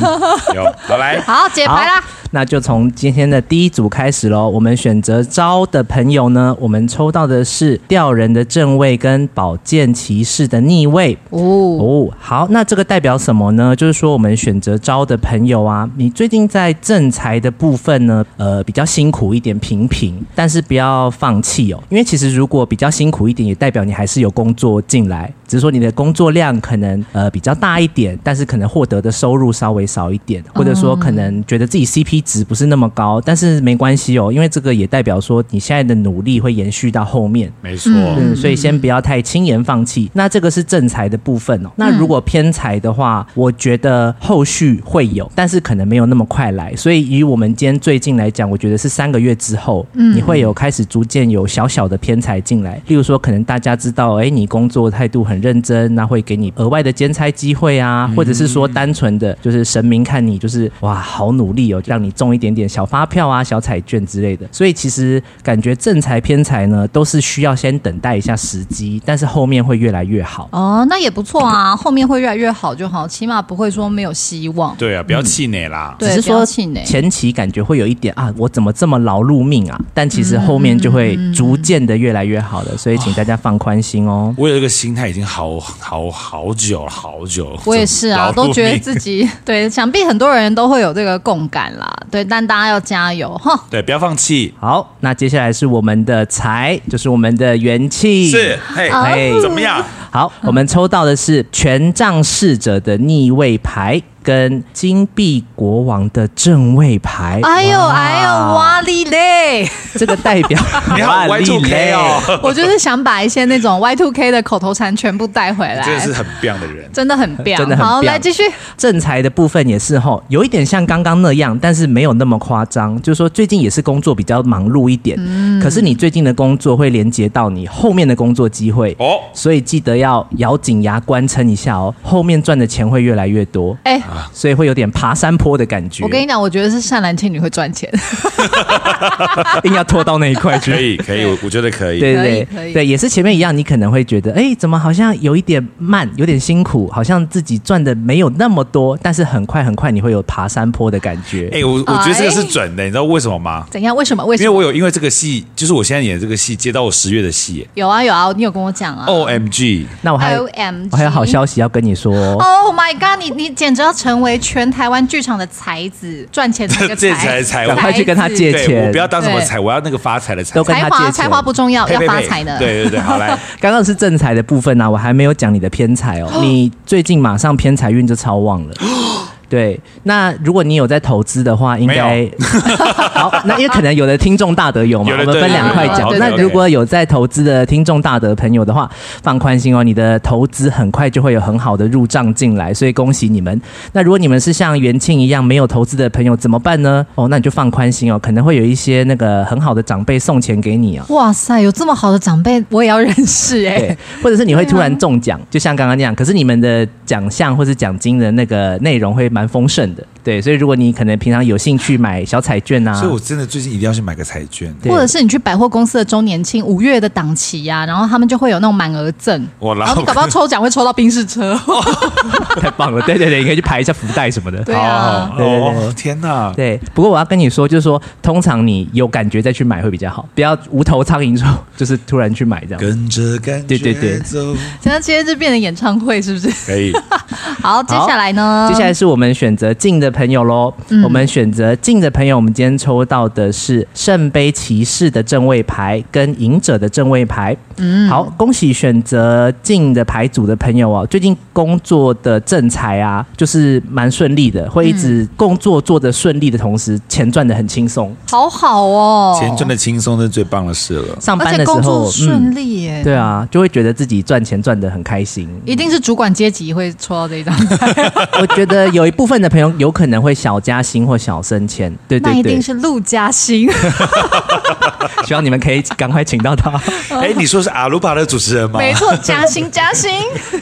有，好来，好，解牌啦好。，那就从今天的第一组开始喽。我们选择招的朋友呢，我们抽到的是吊人的正位跟宝剑骑士的逆位。哦，哦，好，那这个代表什么呢？就是说，我们选择招的朋友啊，你最近在正财的部分呢，呃，比较辛苦一点，平平，但是不要放弃哦，因为其实如果比较辛苦一点，也代表你还是有工作进来，只是说你的工作量可能呃比较大一点，但是可能获得的收入稍微少一点，或者说可能觉得自己 CP 值不是那么高，但是没关系哦，因为这个也代表说你现在的努力会延续到后面。没错，嗯，所以先不要太轻言放弃。那这个是正财的部分哦。那如果偏财的话，我觉得后续会有，但是可能没有那么快来。所以以我们今天最近来讲，我觉得是三个月之后，你会有开始逐渐有小小的偏财进来。例如说，可能大家知道，哎，你工作态度很认真，那会给你额外的兼差机会啊，或者是说单纯的就是神明看你就是哇，好努力哦，让你中一点点小发票啊、小彩券之类的。所以其实感觉正财偏财呢，都是需要先等待一下。下时机，但是后面会越来越好。哦，那也不错啊，后面会越来越好就好，起码不会说没有希望。对啊，不要气馁啦。对只是不说要气馁前期感觉会有一点啊，我怎么这么劳碌命啊？但其实后面就会嗯逐渐的越来越好的，所以请大家放宽心哦。我有一个心态已经好好好久了好久，我也是啊，老都路觉得命自己 [LAUGHS] 对，想必很多人都会有这个共感啦。对，但大家要加油哈！对，不要放弃。好，那接下来是我们的财，就是我们的元气。是，嘿，哦哎怎么样？好，嗯我们抽到的是权杖侍者的逆位牌跟金币国王的正位牌。哎呦哇哎呦，哇哩 [LAUGHS] 嘞！这个代表你好哇 Y 厉 two K 嘞哦，我就是想把一些那种 Y two K 的口头禅全部带回来，真的是很棒的人。真的很棒，真的很好，棒来继续。正财的部分也是吼，有一点像刚刚那样，但是没有那么夸张。就是说，最近也是工作比较忙碌一点，嗯可是你最近的工作会连接到你后面的工作机会哦所以记得要咬紧牙关撑一下哦，后面赚的钱会越来越多，哎、所以会有点爬山坡的感觉。我跟你讲，我觉得是善男信女会赚钱， [LAUGHS] 硬要拖到那一块去可。以，可以，我我觉得可以。对可以对可以对，对，也是前面一样，你可能会觉得，哎，怎么好像有一点慢，有点辛苦，好像自己赚的没有那么多，但是很快很快你会有爬山坡的感觉。哎、我我觉得这个是准的，你知道为什么吗？怎样？为什么？为因为什么？我有因为这个戏，就是我现在演这个戏，接到我十月的戏有啊有啊，你有跟我讲啊。 ，O M G，那哦我还有哦 OMG 我还有好消息要跟你说、哦。 Oh my god！你你简直要成为全台湾剧场的才子，赚钱的那 [LAUGHS] 个这才才才赶快去跟他借钱对我不要当什么对财，我要那个发财的财都。跟才他华借钱才华不重要，呸要呸发呸财的。对对对，好 [LAUGHS] 来，刚刚是正财的部分呢、啊，我还没有讲你的偏财哦。你最近马上偏财运就超旺了。对，那如果你有在投资的话，应该 [LAUGHS] 好。那因为可能有的听众大德有嘛，有的我们对分对两块对讲。对那对如果有在投资的听众大德朋友的话，放宽心哦，你的投资很快就会有很好的入账进来，所以恭喜你们。那如果你们是像元庆一样没有投资的朋友怎么办呢？哦，那你就放宽心哦，可能会有一些那个很好的长辈送钱给你哦。哇塞，有这么好的长辈，我也要认识哎、 [LAUGHS] 对，或者是你会突然中奖，就像刚刚那样。可是你们的奖项或是奖金的那个内容会蛮丰盛的，对。所以如果你可能平常有兴趣买小彩券啊所以，我真的最近一定要去买个彩券。对或者是你去百货公司的周年庆、五月的档期呀、然后他们就会有那种满额赠，我然老后你搞不好抽奖会抽到宾士车。哦 [LAUGHS] 太棒了，对对对，你可以去排一下福袋什么的。 [LAUGHS] 对啊，哦对对对哦，天哪！ [LAUGHS] 对，不过我要跟你说，就是说，通常你有感觉再去买会比较好，不要无头苍蝇说就是突然去买这样。跟着感对对对觉走，哎现在今天就变成演唱会是不是？可以。好，接下来呢？接下来是我们选择近的朋友喽。嗯我们选择近的朋友，我们今天抽到的是圣杯骑士的正位牌跟隐者的正位牌。嗯，好，恭喜选择近的牌组的朋友哦，最近工作的正财啊，就是蛮顺利的，会一嗯直工作做得顺利的同时，钱赚得很轻松。好好哦，钱赚的轻松是最棒的事了。上而班且的时工候作，顺，利耶、对啊，就会觉得自己赚钱赚得很开心。一定是主管阶级会抽到这 [LAUGHS] 一张，我觉得有一部分的朋友有可能会小加薪或小升迁，对对那对，一定是陆嘉 [LAUGHS] 欣。 [LAUGHS] 希望你们可以赶快请到他。哎，你说是阿鲁巴的主持人吗？哦没错，嘉欣，嘉欣，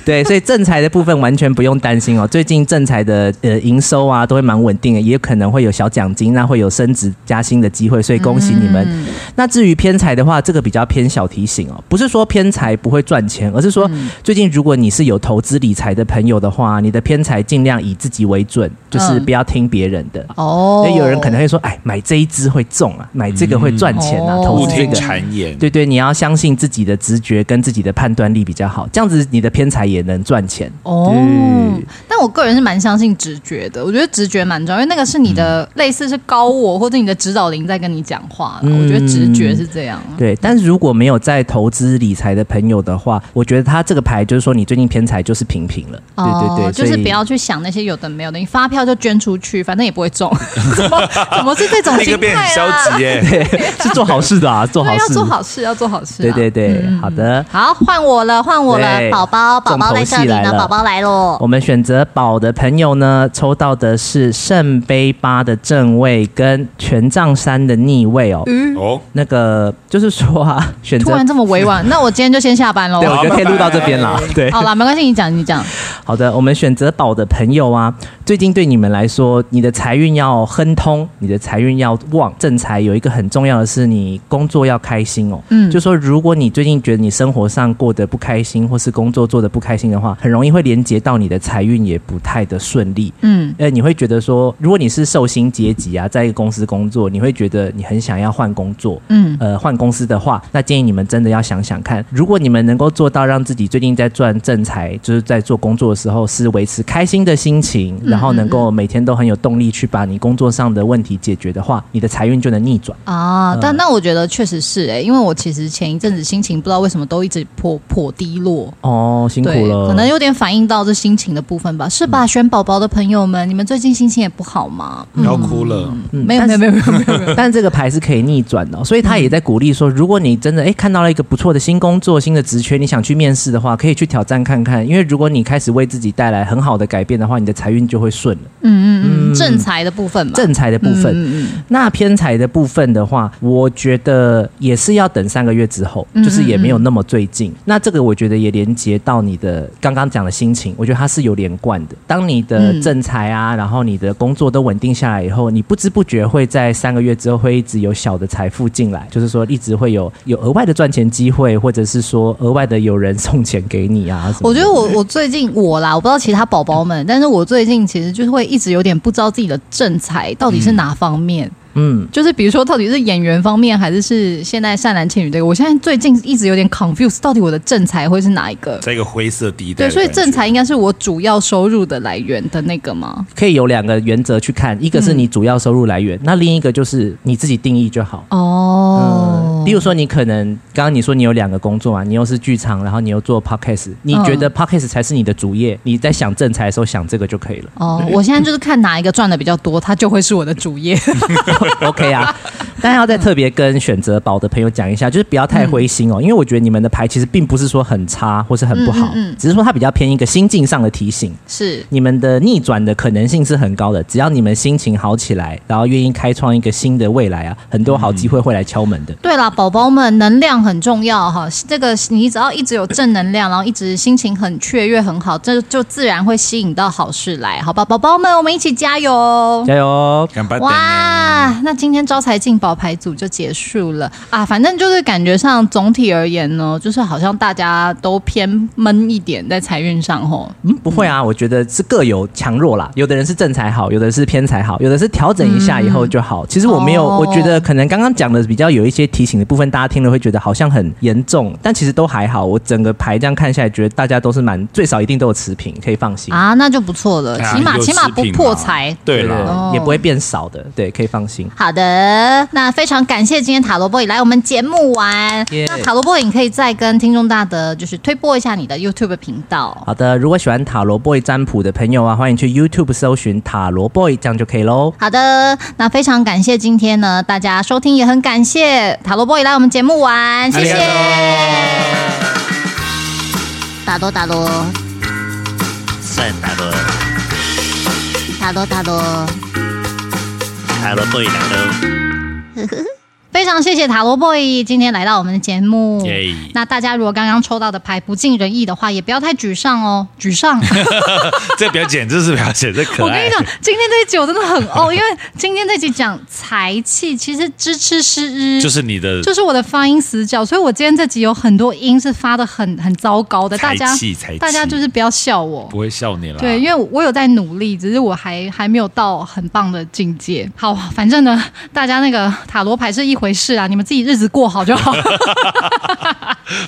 对，所以正财的部分完全不用担心哦。最近正财的呃营收啊都会蛮稳定的，也有可能会有小奖金，那会有升职加薪的机会，所以恭喜你们。嗯那至于偏财的话，这个比较偏小提醒哦，不是说偏财不会赚钱，而是说嗯最近如果你是有投资理财的朋友的话，你的偏财尽量以自己为准，就是嗯不要听别人的。 [LAUGHS] 哦因为有人可能会说，哎，买这一只会中啊，买这个会赚钱啊，嗯投不资这听个。谗言。对对，你要相信自己的直觉跟自己的判断力比较好，这样子你的偏财也能赚钱。哦对，但我个人是蛮相信直觉的，我觉得直觉蛮重要，因为那个是你嗯的、类似是高我或者你的指导灵在跟你讲话啦、嗯我觉得直觉是这样。啊对，但是如果没有在投资理财的朋友的话，我觉得他这个牌就是说你最近偏财就是平平了。对对对，哦就是所以不 [LAUGHS] 要去想那些有的没有的，你发票就捐出去，反正也不会中。 [LAUGHS] 怎么怎么是这 [LAUGHS] 种那个心变态很啊？消极耶、是做好事的啊，做好对，要事，做好事，要做好事、对啊。对对，好的。好，换我了，换我了对，宝宝，宝宝在这里重头戏来呢，了宝宝来喽。我们选择宝的朋友呢，抽到的是圣杯八的正位跟权杖三的逆位哦。哦，那个就是说啊，选突择然这么委 [LAUGHS] 婉，那我今天就先下班喽对，。我觉得可以录到这边好啦。对，好啦，没关系，你讲，你讲。好的，我们选择宝的朋友啊，最近对你们来说，你的财运要亨通，你的财运要旺，正财有一个很重要的是，你工作要开心哦。嗯就说如果你最近觉得你生活上过得不开心，或是工作做得不开心的话，很容易会连接到你的财运也不太的顺利。嗯，呃，你会觉得说，如果你是寿星阶级啊，在一个公司工作，你会觉得你很想要换工作，嗯呃，换公司的话，那建议你们真的要想想看，如果你们能够做到让自己最近在赚正财，就是在做工作的时候是维持开心的心情，嗯然后能够每天都很有动力去把你工作上的问题解决的话，你的财运就能逆转。啊，嗯但那我觉得确实是哎、因为我其实前一阵子心情不知道为什么都一直颇颇低落，哦，辛苦对，了，嗯可能有点反映到这心情的部分吧，是吧？选宝宝的朋友们，你们最近心情也不好吗？不要哭了。嗯没有但没是有没有没有没有没有， [LAUGHS] 但这个牌是可以逆转的哦、所以他也在鼓励说，如果你真的诶看到了一个不错的新工作、新的职缺，你想去面试的话，可以去挑战看看。因为如果你开始为自己带来很好的改变的话，你的财运就会顺了。嗯嗯嗯，正财的部分嘛，正财的部分，嗯嗯那偏财的部分的话，我觉得也是要等三个月之后，嗯就是也没有那么最近。那这个我觉得也连接到你的刚刚讲的心情，我觉得它是有连贯的。当你的嗯正财啊，然后你的工作都稳定下来以后，你不知不觉会在三个月之后会一直有小的财富进来，就是说一直会有有额外的赚钱机会，或者是说额外的有人送钱给你啊什么的。我觉得我我最近我啦，我不知道其他宝宝们，但是我最近其实就是会一直有点不知道自己的正财到底是哪方面，嗯。就是比如说到底是演员方面，还是是现在善男信女这个，我现在最近一直有点 confuse，到底我的正财会是哪一个？在一个灰色地带的对，感觉，所以正财应该是我主要收入的来源的那个吗？可以有两个原则去看，一个嗯是你主要收入来源，那另一个就是你自己定义就好。哦嗯，，例如说，你可能刚刚你说你有两个工作嘛，你又是剧场，然后你又做 podcast，你觉得 podcast 才是你的主业？你在想正财的时候想这个就可以了 [LAUGHS] 哦，我现在就是看哪一个赚的比较多，它就会是我的主业。 [LAUGHS] ，OK 啊。但要再特别跟选择宝的朋友讲一下，就是不要太灰心哦，因为我觉得你们的牌其实并不是说很差或是很不好，嗯嗯嗯只是说它比较偏一个心境上的提醒。是，你们的逆转的可能性是很高的，只要你们心情好起来，然后愿意开创一个新的未来啊，很多好机会会来敲门的。对啦，宝宝们，能量很重要哈。这个你只要一直有正能量，然后一直心情很雀跃、很好，这就自然会吸引到好事来，好吧？宝宝们，我们一起加油！加油哦！干巴哇，哇，那今天招财进宝牌组就结束了啊！反正就是感觉上总体而言呢，就是好像大家都偏闷一点在财运上吼。嗯，不会啊，我觉得是各有强弱啦。有的人是正财好，有的是偏财好，有的是调整一下以后就好。其实我没有，哦嗯我觉得可能刚刚讲的比较有一些提醒的部分，大家听了会觉得好像很严重，但其实都还好。我整个牌这样看下来，觉得大家都是蛮最少一定都有持平，可以放心。啊，那就不错了，起码有起码食不品破啊财。对对了，哦也不会变少的，对，可以放心。好的，那非常感谢今天塔罗 boy 来我们节目玩。耶那塔罗 boy，你可以再跟听众大德就是推播一下你的 YouTube 频道。好的，如果喜欢塔罗 boy 占卜的朋友啊，欢迎去 YouTube 搜寻塔罗 boy，这样就可以喽。好的，那非常感谢今天呢大家收听，也很感谢塔罗 boy 来我们节目玩，谢谢ありが。打多打多，算塔罗，打多打多。塔罗对来喽。非常谢谢塔罗 boy 今天来到我们的节目。耶那大家如果刚刚抽到的牌不尽人意的话，也不要太沮丧哦，沮丧。这不要剪，这是不要剪，这可我跟爱你。讲， [LAUGHS] 今天这一集我真的很哦，因为今天这集讲财气，其实支持失日就是你的就是我的发音死角，所以我今天这集有很多音是发的很很糟糕的，大才家气才气，大家就是不要笑我。不会啊笑你啦。对，因为我有在努力，只是我还还没有到很棒的境界。好，反正呢，大家那个塔罗牌是一回事啊，你们自己日子过好就好。 [LAUGHS]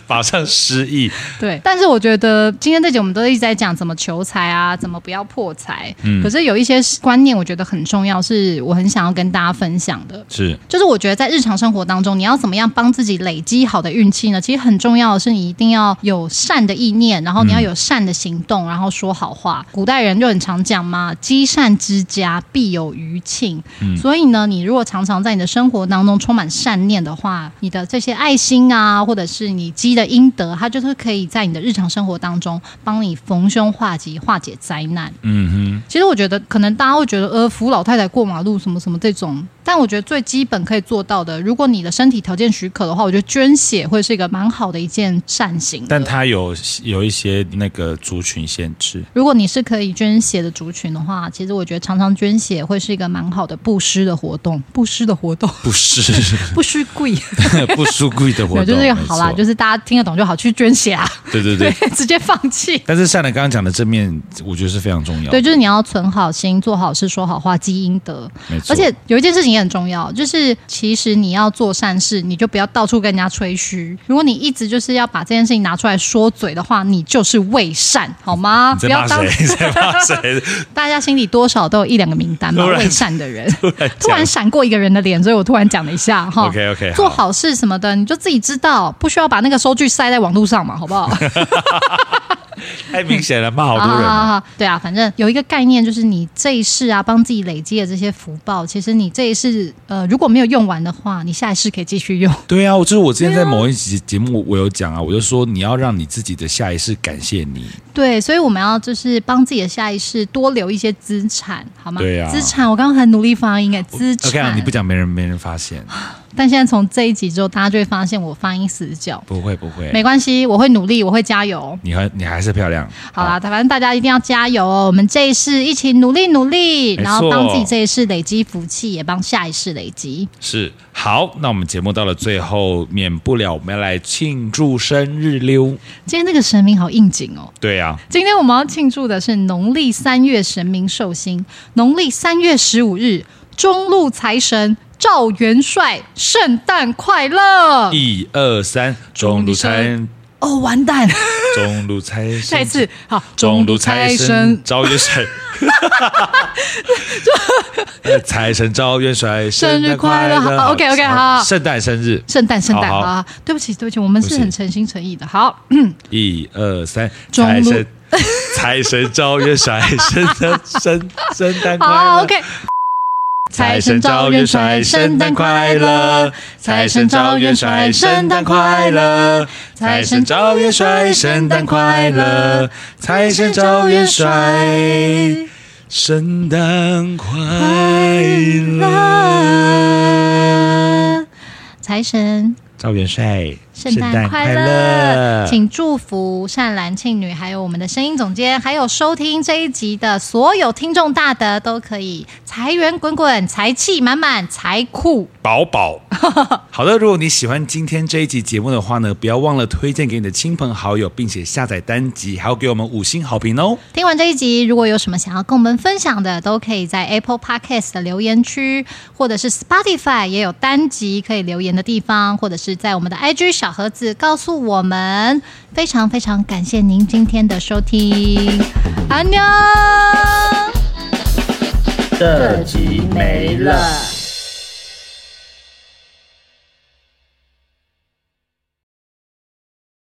马上失忆，对，但是我觉得今天这集我们都一直在讲怎么求财啊，怎么不要破财。可是有一些观念我觉得很重要，是我很想要跟大家分享的。是就是我觉得在日常生活当中，你要怎么样帮自己累积好的运气呢？其实很重要的是，你一定要有善的意念，然后你要有善的行动，然后说好话。古代人就很常讲嘛，“积善之家必有余庆”，所以呢，你如果常常在你的生活当中充满善念的话，你的这些爱心啊，或者是你积的阴德，它就是可以在你的日常生活当中帮你逢凶化吉，化解灾难。嗯其实我觉得，可能大家会觉得，呃，扶老太太过马路什么什么这种，但我觉得最基本可以做到的，如果你的身体条件许可的话，我觉得捐血会是一个蛮好的一件善行。但它有有一些那个族群限制，如果你是可以捐血的族群的话，其实我觉得常常捐血会是一个蛮好的布施的活动，布施的活动，不是不虚贵， [LAUGHS] 不输故意的活没有动， [LAUGHS] 就是好啦，没错就是大家听得懂就好，去捐血啊，对对对。 [LAUGHS] 直接放弃。但是善良刚刚讲的正面，我觉得是非常重要的。对，就是你要存好心，做好事，说好话，积阴德。没错。而且有一件事情也很重要，就是其实你要做善事，你就不要到处跟人家吹嘘。如果你一直就是要把这件事情拿出来说嘴的话，你就是为善，好吗？你在不要骂当谁？你在骂谁？ [LAUGHS] 大家心里多少都有一两个名单吧，突然为善的人。 [LAUGHS] 突然 [LAUGHS] 突然哎讲闪过一个人的脸，所以我突然讲了一下哈。 OK，OK，好做好事什么的，你就自己知道，不需要把那个收据塞在网络上嘛，好不好？太明显了，骂好多人好哦。好好对啊，反正有一个概念就是你这一世啊，帮自己累积的这些福报，其实你这一世呃如果没有用完的话，你下一世可以继续用。对啊，我就是我之前在某一集节目我有讲啊，我就说你要让你自己的下一世感谢你，对，所以我们要就是帮自己的下一世多留一些资产，好吗？对啊资产，我刚刚很努力发音哎，资产。 OK 啊，你不讲没人没人发现，但现在从这一集之后，大家就会发现我发音死角。不会不会，没关系，我会努力，我会加油。你还你还是漂亮。好啦，反正大家一定要加油哦！我们这一世一起努力努力，没错然后帮自己这一世累积福气，也帮下一世累积。是好，那我们节目到了最后，免不了我们要来庆祝生日溜。今天那个神明好应景哦！对啊，今天我们要庆祝的是农历三月神明寿星，农历三月十五日，中路财神赵元帅，圣诞快乐！一二三，中路财，哦，完蛋，中路财神， [LAUGHS] 再一次好，中路财神，招元帅。呃财神招元帅，生日快乐圣诞好 OK，OK，好圣诞生日，圣诞圣诞好好啊！对不起，对不起，我们不是是很诚心诚意的。好，一二三，中财路神，财神招元帅，圣诞生圣诞 [LAUGHS] 快好乐。 ，OK。财神招元帅，圣诞快乐！财神招元帅，圣诞快乐！财神招元帅，圣诞快乐！财神招元帅，圣诞快乐！财神，赵元帅，圣诞快 [LAUGHS] 乐！请祝福善兰庆女，还有我们的声音总监，还有收听这一集的所有听众大德都可以财源滚滚，财气满满，财库。饱饱。好的，如果你喜欢今天这一集节目的话呢，不要忘了推荐给你的亲朋好友，并且下载单集，还要给我们五星好评哦。听完这一集，如果有什么想要跟我们分享的，都可以在 Apple Podcast 的留言区，或者是 Spotify 也有单集可以留言的地方，或者是在我们的 IG 小盒子告诉我们。非常非常感谢您今天的收听，安妞。这集没了。